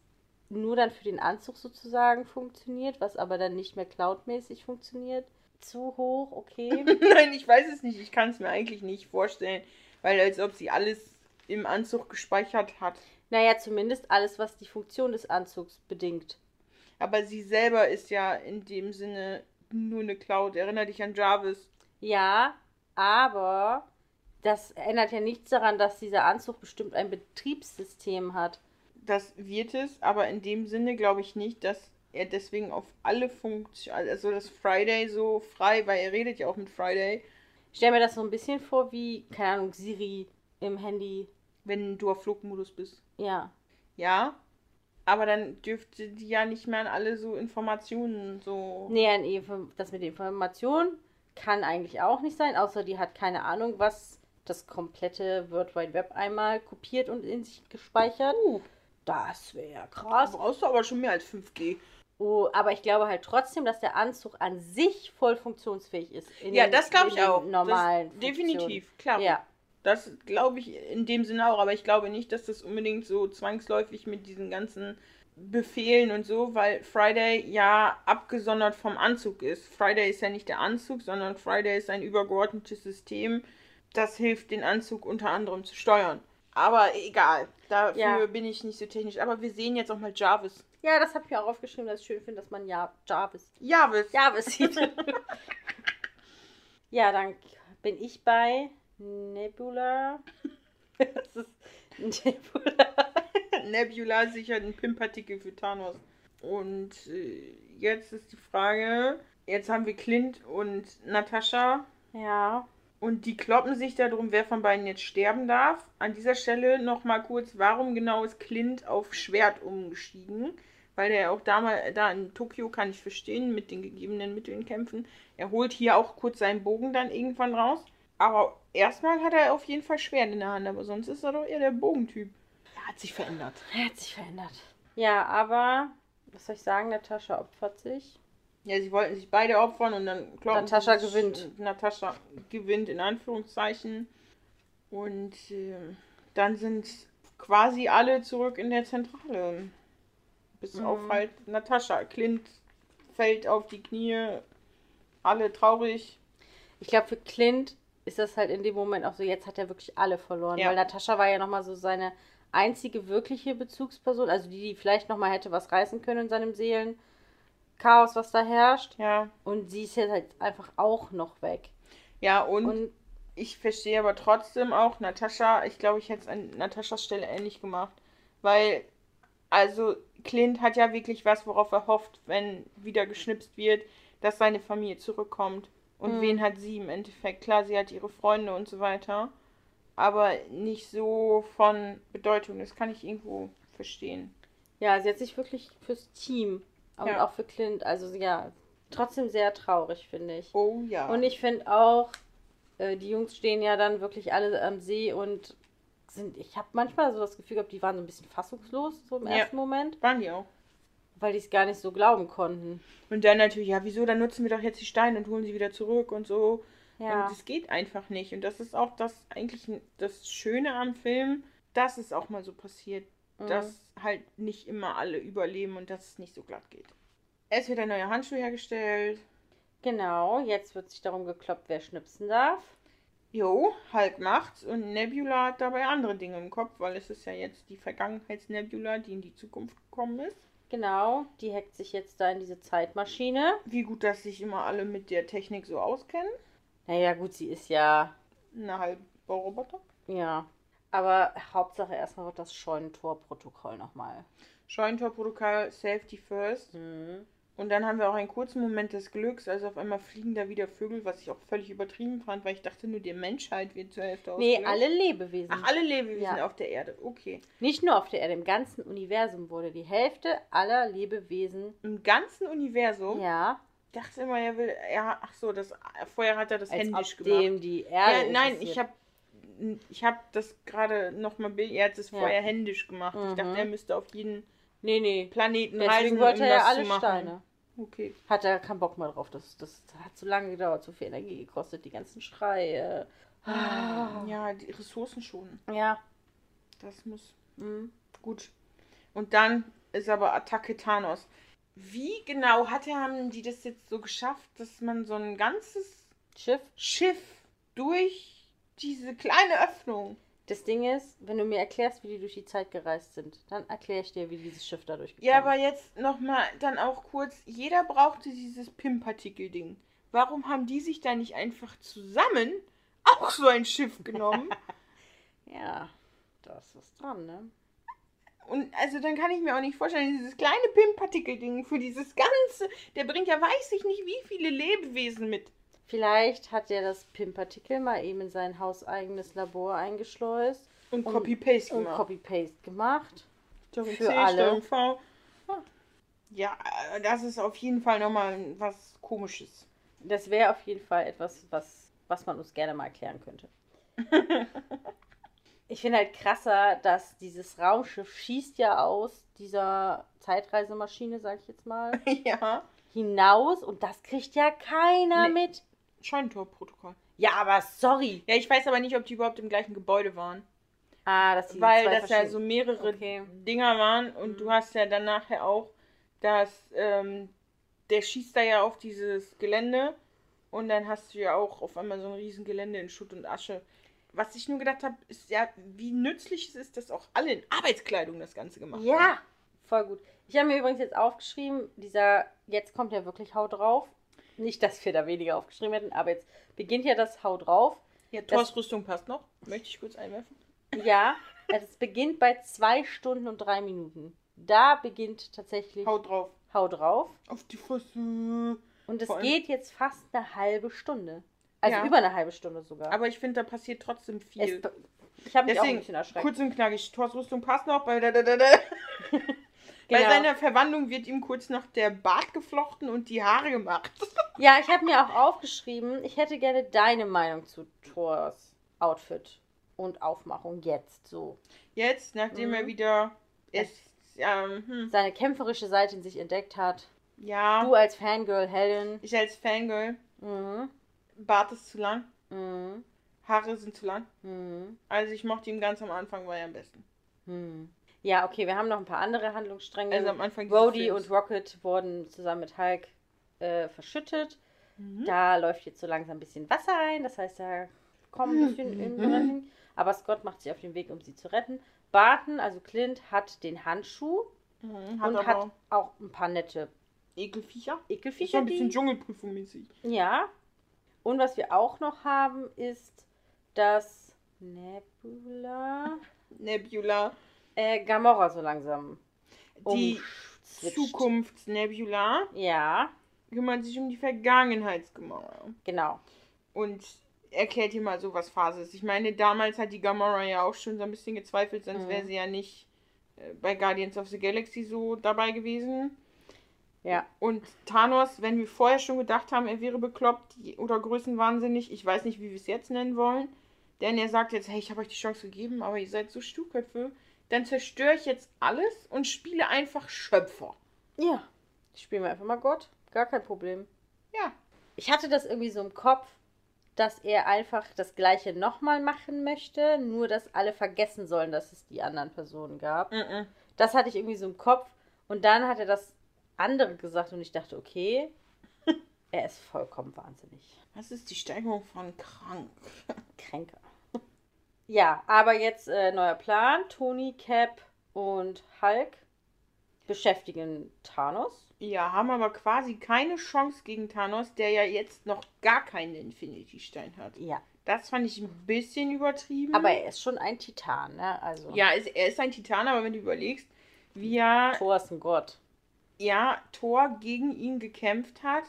A: nur dann für den Anzug sozusagen funktioniert, was aber dann nicht mehr cloudmäßig funktioniert. Zu hoch, okay.
B: Nein, ich weiß es nicht. Ich kann es mir eigentlich nicht vorstellen, weil als ob sie alles im Anzug gespeichert hat.
A: Naja, zumindest alles, was die Funktion des Anzugs bedingt.
B: Aber sie selber ist ja in dem Sinne nur eine Cloud. Erinner dich an Jarvis.
A: Ja, aber das ändert ja nichts daran, dass dieser Anzug bestimmt ein Betriebssystem hat.
B: Das wird es, aber in dem Sinne glaube ich nicht, dass er deswegen auf alle Funktionen, also dass Friday so frei, weil er redet ja auch mit Friday,
A: Ich stelle mir das so ein bisschen vor wie, keine Ahnung, Siri im Handy.
B: wenn du auf Flugmodus bist.
A: Ja.
B: Ja, aber dann dürfte die ja nicht mehr an alle so Informationen so.
A: Nee, an Info- das mit der Information kann eigentlich auch nicht sein, außer die hat keine Ahnung, was das komplette World Wide Web einmal kopiert und in sich gespeichert.
B: Uh,
A: Das wäre ja
B: da
A: krass.
B: brauchst du aber schon mehr als 5G.
A: Oh, aber ich glaube halt trotzdem, dass der Anzug an sich voll funktionsfähig ist. in
B: ja,
A: den-
B: das glaube
A: in
B: ich
A: den
B: auch.
A: Normalen.
B: das,
A: Funktionen.
B: definitiv, klar.
A: Ja.
B: Das glaube ich in dem Sinne auch, aber ich glaube nicht, dass das unbedingt so zwangsläufig mit diesen ganzen Befehlen und so, weil Friday ja abgesondert vom Anzug ist. Friday ist ja nicht der Anzug, sondern Friday ist ein übergeordnetes System, das hilft, den Anzug unter anderem zu steuern. Aber egal, dafür
A: Ja.
B: bin ich nicht so technisch. Aber wir sehen jetzt auch mal Jarvis.
A: ja, das habe ich mir auch aufgeschrieben, dass ich schön finde, dass man ja Jarvis
B: Jarvis!
A: Ja, aber es sieht. ja, dann bin ich bei Nebula. Das ist Nebula.
B: Nebula sichert einen PIM-Partikel für Thanos. Und äh, jetzt ist die Frage: Jetzt haben wir Clint und Natascha
A: Ja.
B: und die kloppen sich darum, wer von beiden jetzt sterben darf. An dieser Stelle nochmal kurz: Warum genau ist Clint auf Schwert umgestiegen? Weil er auch damals, da in Tokio kann ich verstehen, mit den gegebenen Mitteln kämpfen. Er holt hier auch kurz seinen Bogen dann irgendwann raus. Aber erstmal hat er auf jeden Fall Schwert in der Hand, aber sonst ist er doch eher der Bogentyp. Er hat sich verändert.
A: Er hat sich verändert. Ja, aber. Was soll ich sagen? Natascha opfert sich.
B: Ja, sie wollten sich beide opfern und dann kloppen
A: Natascha
B: sie sich-
A: gewinnt.
B: Natascha gewinnt in Anführungszeichen. Und ähm, dann sind quasi alle zurück in der Zentrale. Bis
A: Mhm.
B: auf halt Natascha. Clint fällt auf die Knie. Alle traurig.
A: Ich glaube, für Clint ist das halt in dem Moment auch so. Jetzt hat er wirklich alle verloren.
B: Ja.
A: Weil Natascha war ja nochmal so seine einzige wirkliche Bezugsperson. Also die, die vielleicht nochmal hätte was reißen können in seinem Seelenchaos, was da herrscht.
B: Ja.
A: Und sie ist jetzt halt einfach auch noch weg.
B: Ja, und,
A: Und
B: ich verstehe aber trotzdem auch Natascha. Ich glaube, ich hätte es an Nataschas Stelle ähnlich gemacht. Weil, also, Clint hat ja wirklich was, worauf er hofft, wenn wieder geschnipst wird, dass seine Familie zurückkommt. Und
A: Hm.
B: wen hat sie im Endeffekt? Klar, sie hat ihre Freunde und so weiter. Aber nicht so von Bedeutung. Das kann ich irgendwo verstehen.
A: Ja, sie hat sich wirklich fürs Team und
B: Ja.
A: auch für Clint, also sie- ja, trotzdem sehr traurig, finde ich.
B: Oh ja.
A: Und ich finde auch, äh, die Jungs stehen ja dann wirklich alle am See und sind, ich habe manchmal so das Gefühl gehabt, die waren so ein bisschen fassungslos, so im
B: Ja.
A: ersten Moment,
B: waren die auch.
A: weil die es gar nicht so glauben konnten.
B: Und dann natürlich, ja, wieso? Dann nutzen wir doch jetzt die Steine und holen sie wieder zurück und so.
A: Ja.
B: Und das geht einfach nicht. Und das ist auch das eigentlich n- das Schöne am Film, dass es auch mal so passiert,
A: Mhm.
B: dass halt nicht immer alle überleben und dass es nicht so glatt geht. Es wird ein neuer Handschuh hergestellt.
A: Genau, jetzt wird sich darum gekloppt, wer schnipsen darf.
B: Jo, Hulk macht's und Nebula hat dabei andere Dinge im Kopf, weil es ist ja jetzt die Vergangenheitsnebula, die in die Zukunft gekommen ist.
A: Genau, die hackt sich jetzt da in diese Zeitmaschine.
B: Wie gut, dass sich immer alle mit der Technik so auskennen. halt,
A: Naja, gut, sie ist ja,
B: Eine halbe Roboter.
A: ja. Aber Hauptsache erstmal wird das Scheunentor-Protokoll nochmal.
B: Scheunentorprotokoll, Safety First.
A: Mhm.
B: Und dann haben wir auch einen kurzen Moment des Glücks, also auf einmal fliegen da wieder Vögel, was ich auch völlig übertrieben fand, weil ich dachte, nur die Menschheit wird zur Hälfte
A: Nee,
B: ausgelöscht.
A: alle Lebewesen.
B: Ach, alle Lebewesen
A: Ja.
B: auf der Erde. Okay.
A: Nicht nur auf der Erde, im ganzen Universum wurde die Hälfte aller Lebewesen.
B: Im ganzen Universum.
A: Ja,
B: Ich dachte immer, er will. Ja, ach so, das, vorher hat er das
A: als
B: händisch
A: ob
B: gemacht.
A: dem die Erde.
B: ja, nein,
A: interessiert.
B: ich habe ich hab das gerade nochmal. Er hat es
A: Ja.
B: vorher händisch gemacht.
A: Mhm.
B: Ich dachte, er müsste auf jeden
A: Nee, nee.
B: Planeten reisen.
A: Deswegen wollte
B: um
A: er ja
B: das zu
A: alle
B: machen.
A: Steine.
B: Okay.
A: Hat er keinen Bock mehr drauf. Das, das hat zu lange gedauert, zu viel Energie gekostet, die ganzen Schreie. Ah.
B: Ja, die Ressourcen schon.
A: Ja.
B: Das muss
A: Mhm.
B: Gut. Und dann ist aber Attacke Thanos. Wie genau hat er, haben die das jetzt so geschafft, dass man so ein ganzes
A: Schiff.
B: Schiff durch diese kleine Öffnung.
A: Das Ding ist, wenn du mir erklärst, wie die durch die Zeit gereist sind, dann erkläre ich dir, wie dieses Schiff dadurch gekommen
B: Ja, aber jetzt nochmal dann auch kurz. Jeder brauchte dieses Pim-Partikel-Ding. Warum haben die sich da nicht einfach zusammen auch so ein Schiff genommen?
A: ist. Ja, das ist dran, ne?
B: Und also dann kann ich mir auch nicht vorstellen, dieses kleine Pim-Partikel-Ding für dieses ganze, der bringt ja weiß ich nicht wie viele Lebewesen mit.
A: Vielleicht hat er das Pimpartikel mal eben in sein hauseigenes Labor eingeschleust
B: Und
A: Und-
B: Copy-Paste
A: und
B: gemacht.
A: Copy-Paste gemacht.
B: Steuerung
A: Für
B: C,
A: alle.
B: Steuerung Hm. V. Ja, äh, das ist auf jeden Fall nochmal was komisches.
A: Das wäre auf jeden Fall etwas, was, was man uns gerne mal erklären könnte. ich finde halt krasser, dass dieses Raumschiff schießt ja aus dieser Zeitreisemaschine, sag ich jetzt mal,
B: ja.
A: hinaus und das kriegt ja keiner
B: Nee.
A: mit.
B: Scheunentorprotokoll.
A: Ja, aber sorry.
B: Ja, ich weiß aber nicht, ob die überhaupt im gleichen Gebäude waren.
A: Ah, das sind
B: Weil
A: zwei
B: das ja so
A: verschiedene-
B: mehrere
A: Okay.
B: Dinger waren und
A: Mhm.
B: du hast ja dann nachher auch, dass ähm, der schießt da ja auf dieses Gelände und dann hast du ja auch auf einmal so ein riesen Gelände in Schutt und Asche. Was ich nur gedacht habe, ist ja, wie nützlich es ist, dass auch alle in Arbeitskleidung das Ganze gemacht haben.
A: Ja, ne? voll gut. Ich habe mir übrigens jetzt aufgeschrieben, dieser, jetzt kommt ja wirklich Hau drauf. Nicht, dass wir da weniger aufgeschrieben hätten, aber jetzt beginnt ja das Hau drauf.
B: Ja,
A: Das-
B: Thors Rüstung passt noch. Möchte ich kurz einwerfen.
A: Ja, es beginnt bei zwei Stunden und drei Minuten. Da beginnt tatsächlich
B: Hau
A: Hau,
B: drauf.
A: drauf.
B: Auf die Fresse.
A: Und es
B: Vor allem-
A: geht jetzt fast eine halbe Stunde. Also
B: Ja.
A: über eine halbe Stunde sogar.
B: Aber ich finde, da passiert trotzdem
A: es,
B: viel.
A: ich habe mich auch ein
B: Deswegen,
A: bisschen erschreckt.
B: Kurz und knackig. Thors Rüstung passt noch. Bei, da, da, da, da. Bei
A: Genau.
B: seiner Verwandlung wird ihm kurz noch der Bart geflochten und die Haare gemacht.
A: Ja, ich habe mir auch aufgeschrieben, ich hätte gerne deine Meinung zu Thors Outfit und Aufmachung jetzt so.
B: Jetzt, nachdem
A: Mhm.
B: er wieder ist, ähm, hm,
A: seine kämpferische Seite in sich entdeckt hat.
B: ja,
A: Du als Fangirl, Helen.
B: ich als Fangirl,
A: Mhm.
B: Bart ist zu lang,
A: Mhm.
B: Haare sind zu lang.
A: Mhm.
B: Also ich mochte ihn ganz am Anfang, war er am besten.
A: Mhm. Ja, okay, wir haben noch ein paar andere Handlungsstränge.
B: Also am Anfang dieses
A: Brody
B: Films.
A: und Rocket wurden zusammen mit Hulk äh, verschüttet.
B: Mhm.
A: Da läuft jetzt so langsam ein bisschen Wasser rein, das heißt, da kommen ein bisschen
B: Mhm.
A: irgendwo hin. Aber Scott macht sich auf den Weg, um sie zu retten. Barton, also Clint, hat den Handschuh
B: Mhm, hat
A: und
B: aber
A: hat auch ein paar nette
B: Ekelviecher. Ist so
A: Ekelfische.
B: ein bisschen
A: die-
B: Dschungelprüfung-mäßig.
A: Ja. Und was wir auch noch haben, ist, dass Nebula
B: Nebula.
A: äh, Gamora so langsam
B: Die
A: umswitcht.
B: Zukunftsnebula
A: Ja,
B: kümmert sich um die Vergangenheitsgemauer.
A: genau.
B: Und erklärt ihm mal so, was Phase ist. Ich meine, damals hat die Gamora ja auch schon so ein bisschen gezweifelt, sonst
A: Mhm.
B: wäre sie ja nicht äh, bei Guardians of the Galaxy so dabei gewesen.
A: Ja.
B: Und Thanos, wenn wir vorher schon gedacht haben, er wäre bekloppt oder größenwahnsinnig, ich weiß nicht, wie wir es jetzt nennen wollen, denn er sagt jetzt, hey, ich habe euch die Chance gegeben, aber ihr seid so Stuhlköpfe, dann zerstöre ich jetzt alles und spiele einfach Schöpfer.
A: Ja. Spielen wir einfach mal Gott. Gar kein Problem.
B: Ja.
A: Ich hatte das irgendwie so im Kopf, dass er einfach das Gleiche nochmal machen möchte, nur dass alle vergessen sollen, dass es die anderen Personen gab.
B: Mhm.
A: Das hatte ich irgendwie so im Kopf. Und dann hat er das andere gesagt und ich dachte, okay, er ist vollkommen wahnsinnig.
B: Was ist die Steigerung von krank?
A: Kränker. Ja, aber jetzt äh, neuer Plan. Tony, Cap und Hulk beschäftigen Thanos.
B: Ja, haben aber quasi keine Chance gegen Thanos, der ja jetzt noch gar keinen Infinity-Stein hat.
A: Ja.
B: Das fand ich ein bisschen übertrieben.
A: Mhm. Aber er ist schon ein Titan, ne? Also.
B: ja, es- er ist ein Titan, aber wenn du überlegst, wie er
A: Thor ist ein Gott.
B: ja, Thor gegen ihn gekämpft hat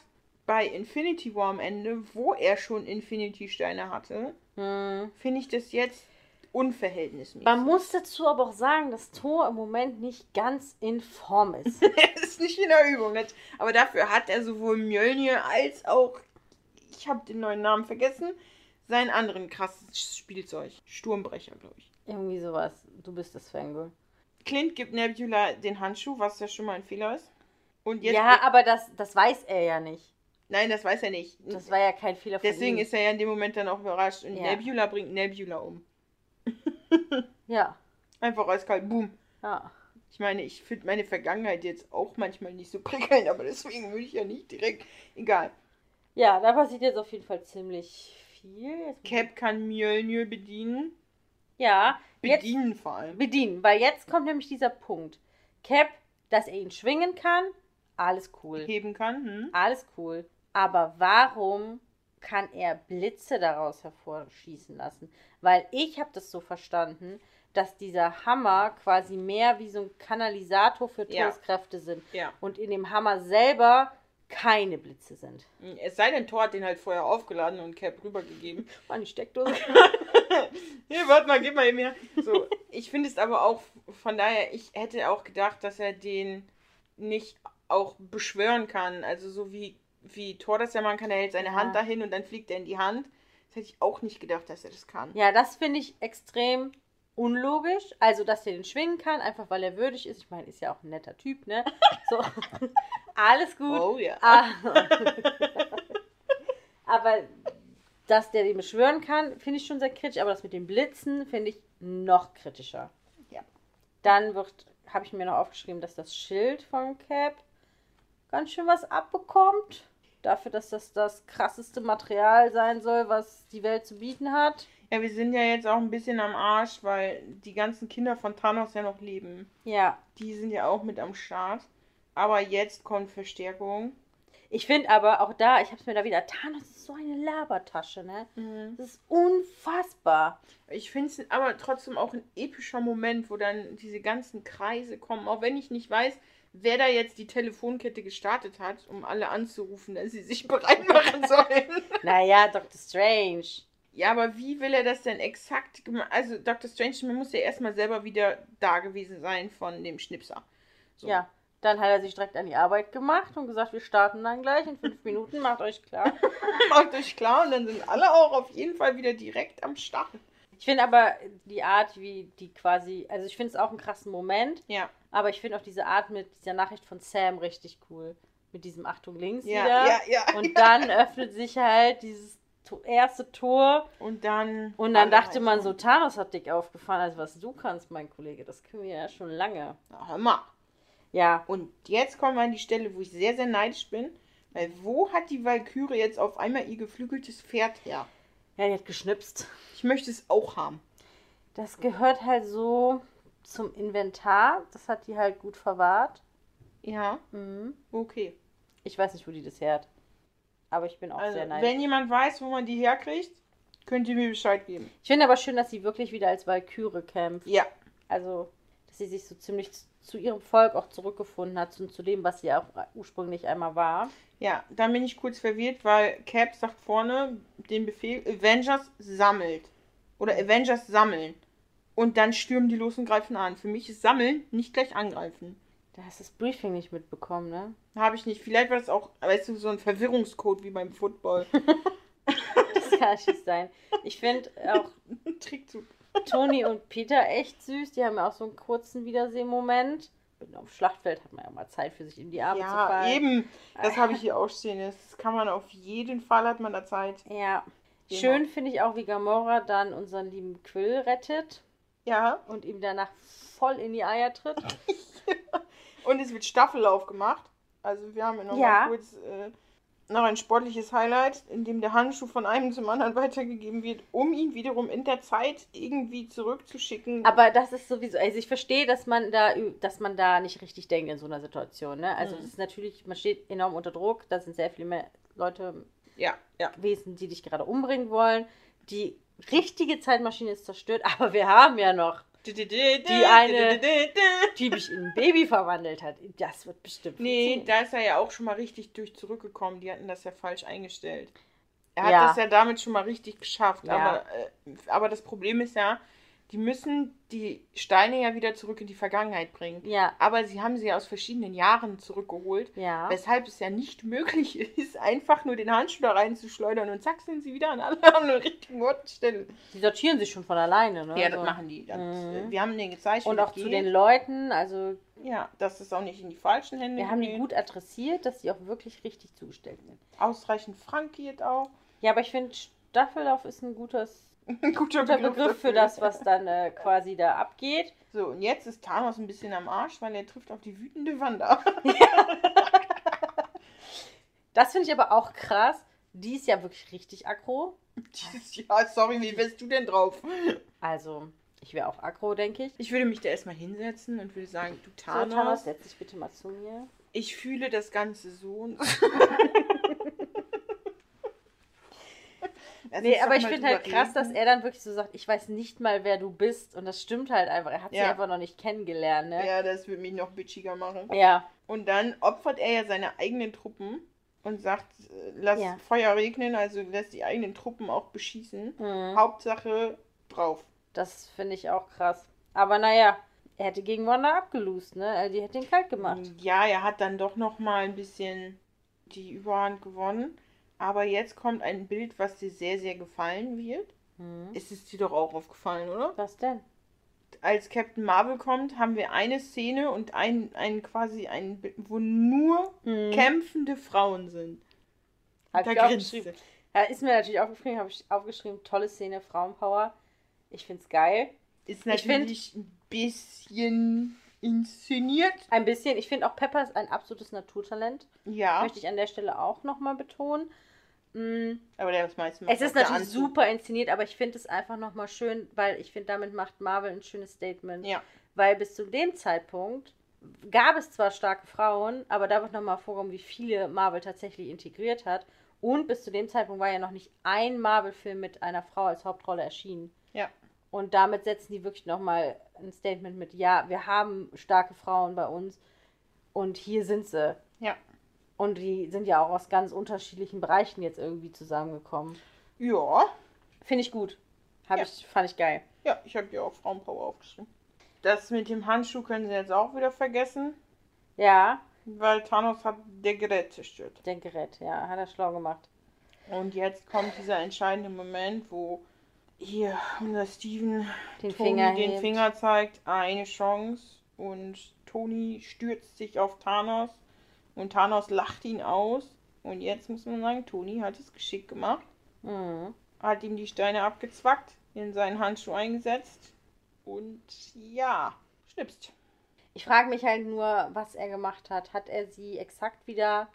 B: bei Infinity War am Ende, wo er schon Infinity Steine hatte,
A: Hm.
B: finde ich das jetzt unverhältnismäßig.
A: Man muss dazu aber auch sagen, dass Thor im Moment nicht ganz in Form ist.
B: er ist nicht in der Übung. Das, aber dafür hat er sowohl Mjölnir als auch, ich habe den neuen Namen vergessen, seinen anderen krasses Spielzeug. Sturmbrecher, glaube ich.
A: Irgendwie sowas. Du bist das Fangirl.
B: Clint gibt Nebula den Handschuh, was ja schon mal ein Fehler ist. Und jetzt.
A: ja, aber das, das weiß er ja nicht.
B: nein, das weiß er nicht.
A: Das war ja kein Fehler von
B: Deswegen
A: ihm.
B: ist er ja in dem Moment dann auch überrascht. Und
A: Ja.
B: Nebula bringt Nebula um.
A: Ja,
B: Einfach eiskalt, boom.
A: ja.
B: Ich meine, ich finde meine Vergangenheit jetzt auch manchmal nicht so prickelnd, aber deswegen würde ich ja nicht direkt. Egal.
A: Ja, da passiert jetzt auf jeden Fall ziemlich viel. Jetzt muss
B: Cap kann Mjölnir bedienen.
A: ich- Ja, jetzt
B: Bedienen vor allem.
A: bedienen, weil jetzt kommt nämlich dieser Punkt. Cap, dass er ihn schwingen kann, alles cool.
B: Heben kann. Hm?
A: Alles cool. Aber warum kann er Blitze daraus hervorschießen lassen? Weil ich habe das so verstanden, dass dieser Hammer quasi mehr wie so ein Kanalisator für
B: Ja.
A: Todeskräfte sind
B: Ja.
A: und in dem Hammer selber keine Blitze sind.
B: Es sei denn, Thor hat den halt vorher aufgeladen und Cap rübergegeben.
A: Mann, die Steckdose.
B: Hier, warte mal, gib mal eben her. So, ich finde es aber auch, von daher, ich hätte auch gedacht, dass er den nicht auch beschwören kann. Also so wie wie Thor das ja machen kann, er hält seine
A: Ja.
B: Hand dahin und dann fliegt er in die Hand. Das hätte ich auch nicht gedacht, dass er das kann.
A: Ja, das finde ich extrem unlogisch. Also, dass er den schwingen kann, einfach weil er würdig ist. Ich meine, ist ja auch ein netter Typ, ne? So, alles gut.
B: Oh ja.
A: Ah. aber dass der den beschwören kann, finde ich schon sehr kritisch. Aber das mit den Blitzen finde ich noch kritischer.
B: Ja.
A: Dann wird, habe ich mir noch aufgeschrieben, dass das Schild von Cap ganz schön was abbekommt. Dafür, dass das das krasseste Material sein soll, was die Welt zu bieten hat.
B: Ja, wir sind ja jetzt auch ein bisschen am Arsch, weil die ganzen Kinder von Thanos ja noch leben.
A: Ja.
B: Die sind ja auch mit am Start. Aber jetzt kommt Verstärkung.
A: Ich finde aber auch da, ich habe es mir da wieder, Thanos ist so eine Labertasche, ne?
B: Mhm.
A: Das ist unfassbar.
B: Ich finde es aber trotzdem auch ein epischer Moment, wo dann diese ganzen Kreise kommen. Auch wenn ich nicht weiß, wer da jetzt die Telefonkette gestartet hat, um alle anzurufen, dass sie sich bereit machen sollen.
A: naja, Dr. Strange.
B: ja, aber wie will er das denn exakt gemacht? Also Dr. Strange man muss ja erstmal selber wieder da gewesen sein von dem Schnipser. So.
A: Ja, dann hat er sich direkt an die Arbeit gemacht und gesagt, wir starten dann gleich in fünf Minuten, macht euch klar.
B: Macht euch klar und dann sind alle auch auf jeden Fall wieder direkt am Start.
A: Ich finde aber die Art, wie die quasi, also ich finde es auch einen krassen Moment,
B: Ja.
A: aber ich finde auch diese Art mit dieser Nachricht von Sam richtig cool. Mit diesem Achtung links
B: Ja,
A: wieder.
B: ja, ja.
A: Und dann öffnet sich halt dieses to- erste Tor.
B: Und dann.
A: Und dann
B: Alle
A: dachte man so,
B: heißen.
A: Thanos hat dick aufgefahren. Also was du kannst, mein Kollege, das können wir ja schon lange.
B: Na, hör mal.
A: Ja,
B: Und jetzt kommen wir an die Stelle, wo ich sehr, sehr neidisch bin. Weil wo hat die Valkyrie jetzt auf einmal ihr geflügeltes Pferd her?
A: ja, die hat geschnipst.
B: Ich möchte es auch haben.
A: Das gehört halt so zum Inventar. Das hat die halt gut verwahrt.
B: Ja,
A: Mhm.
B: okay.
A: Ich weiß nicht, wo die das her hat. Aber ich bin auch
B: Also,
A: sehr neidisch.
B: wenn jemand weiß, wo man die herkriegt, könnt ihr mir Bescheid geben.
A: Ich finde aber schön, dass sie wirklich wieder als Valkyrie kämpft.
B: Ja.
A: Also, dass sie sich so ziemlich zu, zu ihrem Volk auch zurückgefunden hat und zu dem, was sie auch ursprünglich einmal war.
B: Ja, dann bin ich kurz verwirrt, weil Cap sagt vorne den Befehl, Avengers sammelt. Oder Avengers sammeln. Und dann stürmen die los und greifen an. Für mich ist sammeln nicht gleich angreifen.
A: Da hast du das Briefing nicht mitbekommen, ne?
B: Habe ich nicht. Vielleicht war das auch, weißt du, so ein Verwirrungscode wie beim Football.
A: Das kann nicht sein. Ich finde auch
B: Trickzug.
A: Toni und Peter echt süß. Die haben ja auch so einen kurzen Wiedersehmoment. Auf dem Schlachtfeld hat man ja auch mal Zeit, für sich in die Arme zu
B: Ja,
A: fallen. Ah,
B: eben. Das habe ich hier auch stehen. Das kann man auf jeden Fall, hat man da Zeit.
A: Ja.
B: Genau.
A: Schön finde ich auch, wie Gamora dann unseren lieben Quill rettet
B: Ja.
A: und ihm danach voll in die Eier tritt.
B: Und es wird Staffellauf gemacht. Also wir haben ja noch
A: Ja.
B: mal kurz äh, noch ein sportliches Highlight, in dem der Handschuh von einem zum anderen weitergegeben wird, um ihn wiederum in der Zeit irgendwie zurückzuschicken.
A: Aber das ist sowieso, also ich verstehe, dass man da, ü- dass man da nicht richtig denkt in so einer Situation. Ne? Also
B: Mhm.
A: es ist natürlich, man steht enorm unter Druck, da sind sehr viele mehr Leute
B: ja, ja.
A: gewesen, die dich gerade umbringen wollen. Die richtige Zeitmaschine ist zerstört, aber wir haben ja noch
B: Die
A: eine- die mich in ein Baby verwandelt hat. Das wird bestimmt.
B: Nee,
A: funktionieren.
B: da ist er ja auch schon mal richtig durch zurückgekommen. Die hatten das ja falsch eingestellt. Er hat
A: Ja.
B: das ja damit schon mal richtig geschafft.
A: Ja.
B: Aber, äh, aber das Problem ist ja, die müssen die Steine ja wieder zurück in die Vergangenheit bringen.
A: Ja,
B: Aber sie haben sie ja aus verschiedenen Jahren zurückgeholt.
A: ja.
B: Weshalb es ja nicht möglich ist, einfach nur den Handschuh da reinzuschleudern und zack, sind sie wieder an einer an der richtigen Ort und Stelle.
A: Die sortieren sich schon von alleine, ne?
B: Ja, das
A: Also-
B: machen die. Das,
A: Mhm.
B: äh, Wir haben denen gezeigt, wie
A: Und
B: das
A: auch zu
B: geht.
A: den Leuten, also
B: Ja, dass es auch nicht in die falschen Hände
A: wir haben die
B: geht.
A: gut adressiert, dass die auch wirklich richtig zugestellt sind.
B: Ausreichend frankiert auch.
A: Ja, aber ich finde, Staffellauf ist ein gutes,
B: Ein guter,
A: guter Begriff für
B: dafür.
A: das, was dann äh, quasi da abgeht.
B: So, und jetzt ist Thanos ein bisschen am Arsch, weil er trifft auf die wütende Wanda.
A: Das finde ich aber auch krass. Die ist ja wirklich richtig aggro.
B: Dieses Jahr, sorry, wie bist du denn drauf?
A: Also, ich wäre auch aggro, denke ich.
B: Ich würde mich da erstmal hinsetzen und würde sagen, du
A: Thanos. So, Thanos,
B: Thanos,
A: setz dich bitte mal zu mir.
B: ich fühle das Ganze so. Also und Lass
A: nee,
B: uns
A: aber
B: doch
A: ich
B: Also mal
A: finde halt
B: drüber
A: krass,
B: reden.
A: dass er dann wirklich so sagt, ich weiß nicht mal, wer du bist. Und das stimmt halt einfach. Er hat sie
B: Ja.
A: einfach noch nicht kennengelernt, ne?
B: Ja, das würde mich noch bitchiger machen.
A: ja.
B: Und dann opfert er ja seine eigenen Truppen und sagt, äh, lass
A: Ja.
B: Feuer regnen, also lässt die eigenen Truppen auch beschießen.
A: Mhm.
B: Hauptsache drauf.
A: Das finde ich auch krass. Aber naja, er hätte gegen Wanda abgelost, ne? Also Die hätte ihn kalt gemacht.
B: Ja, er hat dann doch noch mal ein bisschen die Überhand gewonnen. Aber jetzt kommt ein Bild, was dir sehr, sehr gefallen wird.
A: Hm.
B: Es Mhm. ist dir doch auch aufgefallen, oder?
A: Was denn?
B: Als Captain Marvel kommt, haben wir eine Szene und ein, ein quasi ein Bild, wo nur kämpfende Frauen sind.
A: Mhm. Hab ich aufgeschrieben.
B: sie.
A: Ja, ist mir natürlich aufgeschrieben, habe ich aufgeschrieben. Tolle Szene, Frauenpower. Ich find's geil.
B: Ist
A: Ich find-
B: natürlich ein bisschen inszeniert.
A: Ein bisschen. Ich finde auch Pepper ist ein absolutes Naturtalent.
B: Ja,
A: Möchte ich an der Stelle auch nochmal betonen. Mm,
B: aber das meiste macht
A: Es ist
B: auch der
A: natürlich
B: Anzug.
A: super inszeniert, aber ich finde es einfach nochmal schön, weil ich finde, damit macht Marvel ein schönes Statement.
B: Ja.
A: Weil bis zu dem Zeitpunkt gab es zwar starke Frauen, aber da wird nochmal vorgekommen, wie viele Marvel tatsächlich integriert hat. Und bis zu dem Zeitpunkt war ja noch nicht ein Marvel-Film mit einer Frau als Hauptrolle erschienen.
B: Ja.
A: Und damit setzen die wirklich nochmal ein Statement mit, ja, wir haben starke Frauen bei uns und hier sind sie.
B: Ja.
A: Und die sind ja auch aus ganz unterschiedlichen Bereichen jetzt irgendwie zusammengekommen.
B: Ja.
A: Finde ich gut. Hab
B: Ja.
A: ich, fand ich geil.
B: Ja, ich habe dir auch Frauenpower aufgeschrieben. Das mit dem Handschuh können sie jetzt auch wieder vergessen,
A: Ja,
B: weil Thanos hat der Gerät zerstört.
A: den Gerät, ja, hat er schlau gemacht.
B: Und jetzt kommt dieser entscheidende Moment, wo hier unser Steven
A: Den
B: Tony
A: Finger
B: den
A: hebt.
B: Finger zeigt, eine Chance und Tony stürzt sich auf Thanos und Thanos lacht ihn aus. Und jetzt muss man sagen, Tony hat es geschickt gemacht,
A: Mhm.
B: hat ihm die Steine abgezwackt, in seinen Handschuh eingesetzt und ja, schnipst.
A: Ich frage mich halt nur, was er gemacht hat. Hat er sie exakt wieder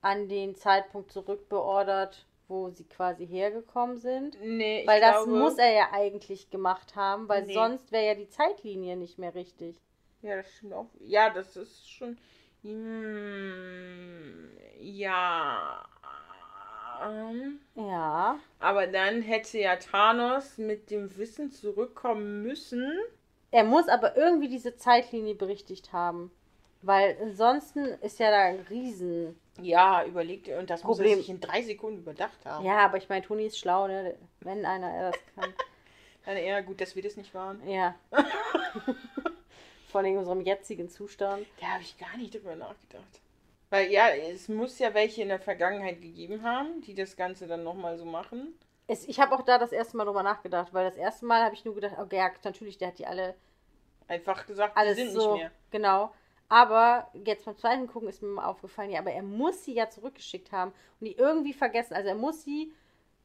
A: an den Zeitpunkt zurückbeordert, wo sie quasi hergekommen sind?
B: Nee, ich
A: weil das
B: glaube,
A: muss er ja eigentlich gemacht haben, weil
B: Nee.
A: sonst wäre ja die Zeitlinie nicht mehr richtig.
B: Ja, das stimmt auch. Ja, das ist schon. Hm, Ja. Ähm,
A: Ja.
B: Aber dann hätte ja Thanos mit dem Wissen zurückkommen müssen.
A: Er muss aber irgendwie diese Zeitlinie berichtigt haben. Weil ansonsten ist ja da ein Riesen.
B: Ja, überlegt. Und das muss er
A: Problem.
B: sich in drei Sekunden überdacht haben.
A: Ja, aber ich meine, Toni ist schlau, ne? Wenn einer das kann.
B: Dann eher gut, dass wir das nicht waren.
A: Ja. Vor allem in unserem jetzigen Zustand.
B: Da habe ich gar nicht drüber nachgedacht. Weil ja, es muss ja welche in der Vergangenheit gegeben haben, die das Ganze dann nochmal so machen.
A: Es, ich habe auch da das erste Mal drüber nachgedacht, weil das erste Mal habe ich nur gedacht, okay, ja, natürlich, der hat die alle,
B: Einfach gesagt, die
A: alles
B: sind
A: so,
B: nicht mehr.
A: genau. Aber jetzt beim zweiten Gucken ist mir mal aufgefallen, ja, aber er muss sie ja zurückgeschickt haben und die irgendwie vergessen. Also er muss sie,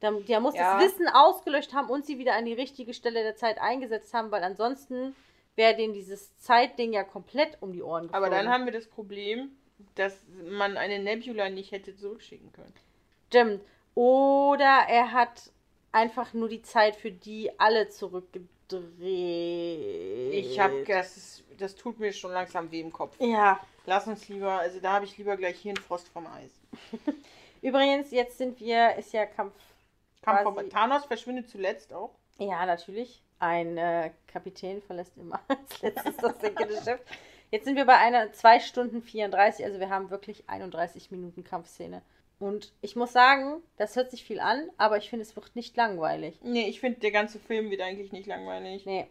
A: der, der muss
B: Ja.
A: das Wissen ausgelöscht haben und sie wieder an die richtige Stelle der Zeit eingesetzt haben, weil ansonsten wäre denen dieses Zeitding ja komplett um die Ohren geflogen.
B: Aber dann haben wir das Problem, dass man eine Nebula nicht hätte zurückschicken können.
A: Stimmt. Oder er hat einfach nur die Zeit für die alle zurückgedreht.
B: Ich habe, das, ist- das tut mir schon langsam weh im Kopf.
A: Ja.
B: Lass uns lieber, also da habe ich lieber gleich Hirnfrost vom Eis.
A: Übrigens, jetzt sind wir, ist ja Kampf.
B: Kampf
A: Quasi-
B: vorbei. Thanos verschwindet zuletzt auch.
A: Ja, natürlich. Ein äh, Kapitän verlässt immer als letztes das sinkende Schiff. Jetzt sind wir bei einer 2 Stunden 34, also wir haben wirklich 31 Minuten Kampfszene. Und ich muss sagen, das hört sich viel an, aber ich finde, es wird nicht langweilig.
B: Nee, ich finde, der ganze Film wird eigentlich nicht langweilig.
A: Nee,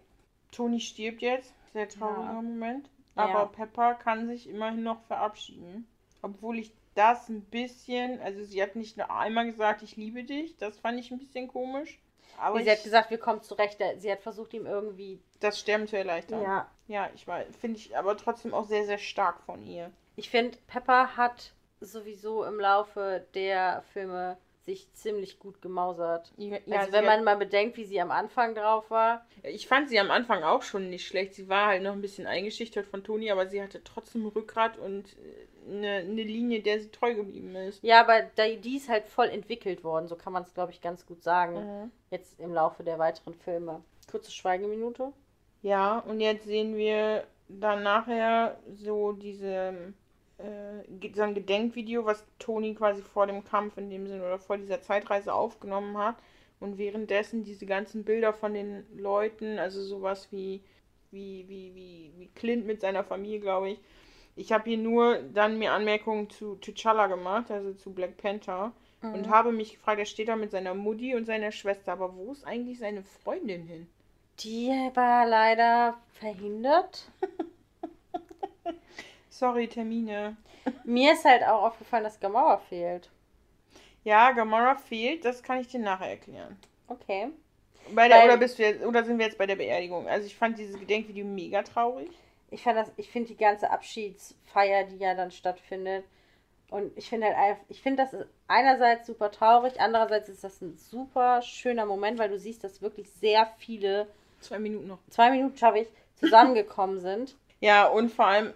B: Tony stirbt jetzt. Sehr trauriger
A: Ja.
B: Moment.
A: Ja.
B: Aber Pepper kann sich immerhin noch verabschieden. Obwohl ich das ein bisschen, also sie hat nicht nur einmal gesagt, ich liebe dich. Das fand ich ein bisschen komisch. Aber
A: sie hat
B: ich-
A: gesagt, wir kommen zurecht. Sie hat versucht, ihm irgendwie.
B: das Sterben zu erleichtern.
A: Ja,
B: Ja, ich weiß. Finde ich aber trotzdem auch sehr, sehr stark von ihr.
A: Ich finde, Pepper hat sowieso im Laufe der Filme sich ziemlich gut gemausert.
B: Ja,
A: also
B: sie
A: wenn
B: hat-
A: man mal bedenkt, wie sie am Anfang drauf war.
B: ich fand sie am Anfang auch schon nicht schlecht. Sie war halt noch ein bisschen eingeschüchtert von Toni, aber sie hatte trotzdem Rückgrat und äh, eine, eine Linie, der sie treu geblieben ist.
A: Ja, aber da- die ist halt voll entwickelt worden, so kann man es, glaube ich, ganz gut sagen.
B: Mhm.
A: Jetzt im Laufe der weiteren Filme. Kurze Schweigeminute.
B: Ja, und jetzt sehen wir dann nachher so diese äh, ge- so ein Gedenkvideo, was Toni quasi vor dem Kampf in dem Sinne oder vor dieser Zeitreise aufgenommen hat. Und währenddessen diese ganzen Bilder von den Leuten, also sowas wie, wie, wie, wie, wie Clint mit seiner Familie, glaube ich. Ich habe hier nur dann mir Anmerkungen zu T'Challa gemacht, also zu Black Panther.
A: Mhm.
B: Und habe mich gefragt, er steht da mit seiner Mutti und seiner Schwester, aber wo ist eigentlich seine Freundin hin?
A: Die war leider verhindert.
B: Es Sorry, Termine.
A: Mir ist halt auch aufgefallen, dass Gamora fehlt.
B: Ja, Gamora fehlt, das kann ich dir nachher erklären.
A: Okay.
B: Bei der,
A: Weil-
B: oder, bist du jetzt, oder sind wir jetzt bei der Beerdigung? Also ich fand dieses Gedenkvideo mega traurig.
A: Ich, fand das- ich finde die ganze Abschiedsfeier, die ja dann stattfindet, und ich finde halt einfach, ich finde das ist einerseits super traurig, andererseits ist das ein super schöner Moment, weil du siehst, dass wirklich sehr viele,
B: Zwei Minuten noch.
A: zwei Minuten schaffe ich, zusammengekommen sind.
B: Ja, und vor allem,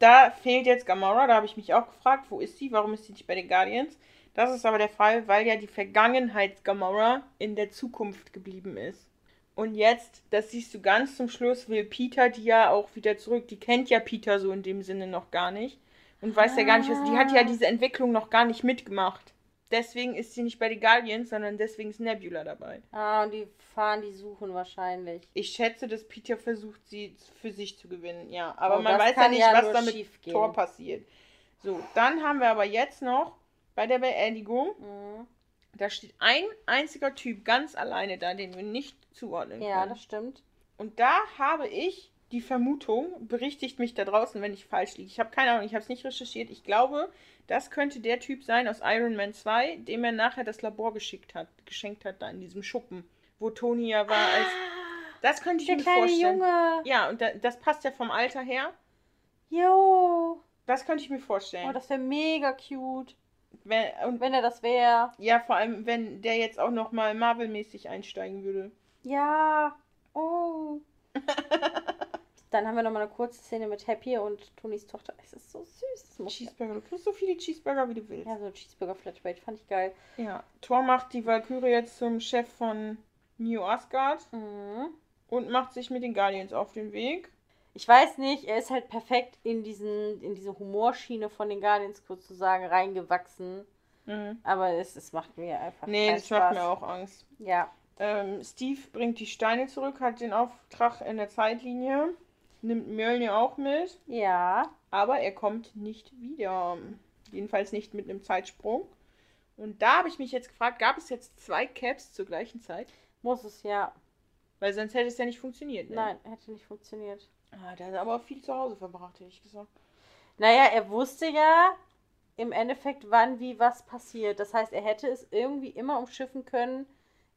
B: da fehlt jetzt Gamora, da habe ich mich auch gefragt, wo ist sie, warum ist sie nicht bei den Guardians? Das ist aber der Fall, weil ja die Vergangenheit Gamora in der Zukunft geblieben ist. Und jetzt, das siehst du ganz zum Schluss, will Peter die ja auch wieder zurück. Die kennt ja Peter so in dem Sinne noch gar nicht. Und weiß ja gar nicht, was. Die hat ja
A: Ah.
B: diese Entwicklung noch gar nicht mitgemacht. Deswegen ist sie nicht bei den Guardians, sondern deswegen ist Nebula dabei.
A: Ah, und die fahren, die suchen wahrscheinlich.
B: Ich schätze, dass Peter versucht, sie für sich zu gewinnen, ja. Aber
A: Oh,
B: man
A: das
B: weiß ja
A: kann
B: nicht,
A: ja
B: was
A: nur
B: damit
A: schiefgehen.
B: Tor passiert. So, dann haben wir aber jetzt noch bei der Beerdigung,
A: Mhm.
B: da steht ein einziger Typ ganz alleine da, den wir nicht zuordnen
A: Ja,
B: können.
A: das stimmt.
B: Und da habe ich die Vermutung, berichtigt mich da draußen, wenn ich falsch liege. Ich habe keine Ahnung, ich habe es nicht recherchiert. Ich glaube, das könnte der Typ sein aus Iron Man 2, dem er nachher das Labor geschickt hat, geschenkt hat, da in diesem Schuppen, wo Tony ja war als. Das könnte ich
A: Ah, Der
B: mir
A: kleine
B: vorstellen.
A: Junge.
B: Ja, und da, das passt ja vom Alter her.
A: Jo.
B: Das könnte ich mir vorstellen.
A: Oh, das wäre mega cute.
B: wenn, und
A: Wenn er das wäre.
B: ja, vor allem, wenn der jetzt auch nochmal Marvel-mäßig einsteigen würde.
A: Ja. Oh. Dann haben wir nochmal eine kurze Szene mit Happy und Tonis Tochter. Es ist so süß. Das muss
B: Cheeseburger, du kriegst so viele Cheeseburger, wie du willst.
A: ja,
B: Ja.
A: so ein Cheeseburger-Flatrate fand ich geil.
B: Thor macht die Valkyrie jetzt zum Chef von New Asgard
A: Mhm.
B: und macht sich mit den Guardians auf den Weg.
A: Ich weiß nicht, er ist halt perfekt in, diesen, in diese Humorschiene von den Guardians kurz zu sagen reingewachsen.
B: Mhm.
A: Aber es, es macht mir einfach.
B: Nee,
A: keinen
B: das macht
A: Spaß.
B: mir auch Angst.
A: Ja.
B: Ähm, Steve bringt die Steine zurück, hat den Auftrag in der Zeitlinie, nimmt Mjölnir auch mit,
A: Ja.
B: aber er kommt nicht wieder. Jedenfalls nicht mit einem Zeitsprung. Und da habe ich mich jetzt gefragt, gab es jetzt zwei Caps zur gleichen Zeit?
A: Muss es ja.
B: Weil sonst hätte es ja nicht funktioniert. Ne?
A: Nein, hätte nicht funktioniert.
B: Ah, da hat er aber viel zu Hause verbracht, hätte ich gesagt.
A: Naja, er wusste ja im Endeffekt, wann wie was passiert. Das heißt, er hätte es irgendwie immer umschiffen können,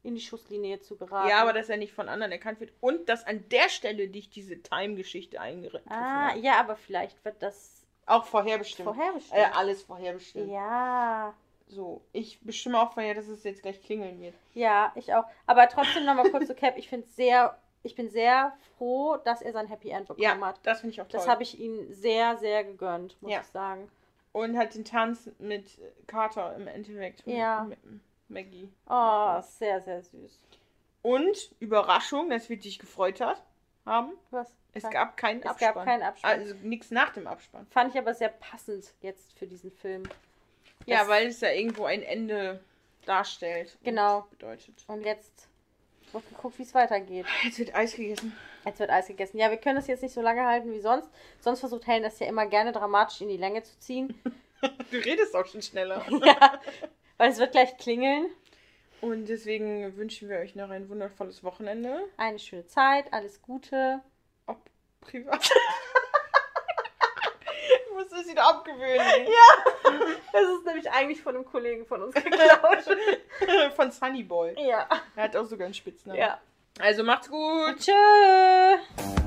A: in die Schusslinie zu geraten.
B: Ja, aber dass er nicht von anderen erkannt wird. Und dass an der Stelle dich diese Time-Geschichte eingerissen
A: Ah,
B: hat.
A: ja, aber vielleicht wird das
B: Auch vorherbestimmt. äh,
A: vorherbestimmt.
B: alles vorherbestimmt.
A: ja.
B: So, ich bestimme auch vorher, dass es jetzt gleich klingeln wird.
A: Ja, ich auch. Aber trotzdem nochmal kurz zu Cap. Ich finde sehr, ich bin sehr froh, dass er sein Happy End bekommen
B: Ja,
A: hat.
B: das finde ich auch toll.
A: Das habe ich ihm sehr, sehr gegönnt, muss
B: Ja.
A: ich sagen.
B: Und hat den Tanz mit Carter im Endeffekt.
A: Ja.
B: Mit Maggie.
A: Oh, sehr, sehr süß.
B: Und Überraschung, das wird dich gefreut hat, haben.
A: Was?
B: Es gab keinen
A: es
B: Abspann.
A: gab keinen Abspann.
B: Also nichts nach dem Abspann.
A: Fand ich aber sehr passend jetzt für diesen Film.
B: Ja,
A: Das-
B: weil es ja irgendwo ein Ende darstellt. und
A: Genau.
B: Bedeutet.
A: Und jetzt wird geguckt, wie es weitergeht.
B: Jetzt wird Eis gegessen.
A: Jetzt wird Eis gegessen. Ja, wir können das jetzt nicht so lange halten wie sonst. Sonst versucht Helen das ja immer gerne dramatisch in die Länge zu ziehen.
B: Du redest auch schon schneller.
A: ja, weil es wird gleich klingeln.
B: Und deswegen wünschen wir euch noch ein wundervolles Wochenende.
A: Eine schöne Zeit, alles Gute.
B: Ob privat. ich muss es wieder abgewöhnen.
A: Das ist nämlich eigentlich von einem Kollegen von uns geklaut.
B: Ja. Von Sunnyboy.
A: ja.
B: Er hat auch sogar einen Spitznamen.
A: ja.
B: Also macht's gut.
A: Tschö.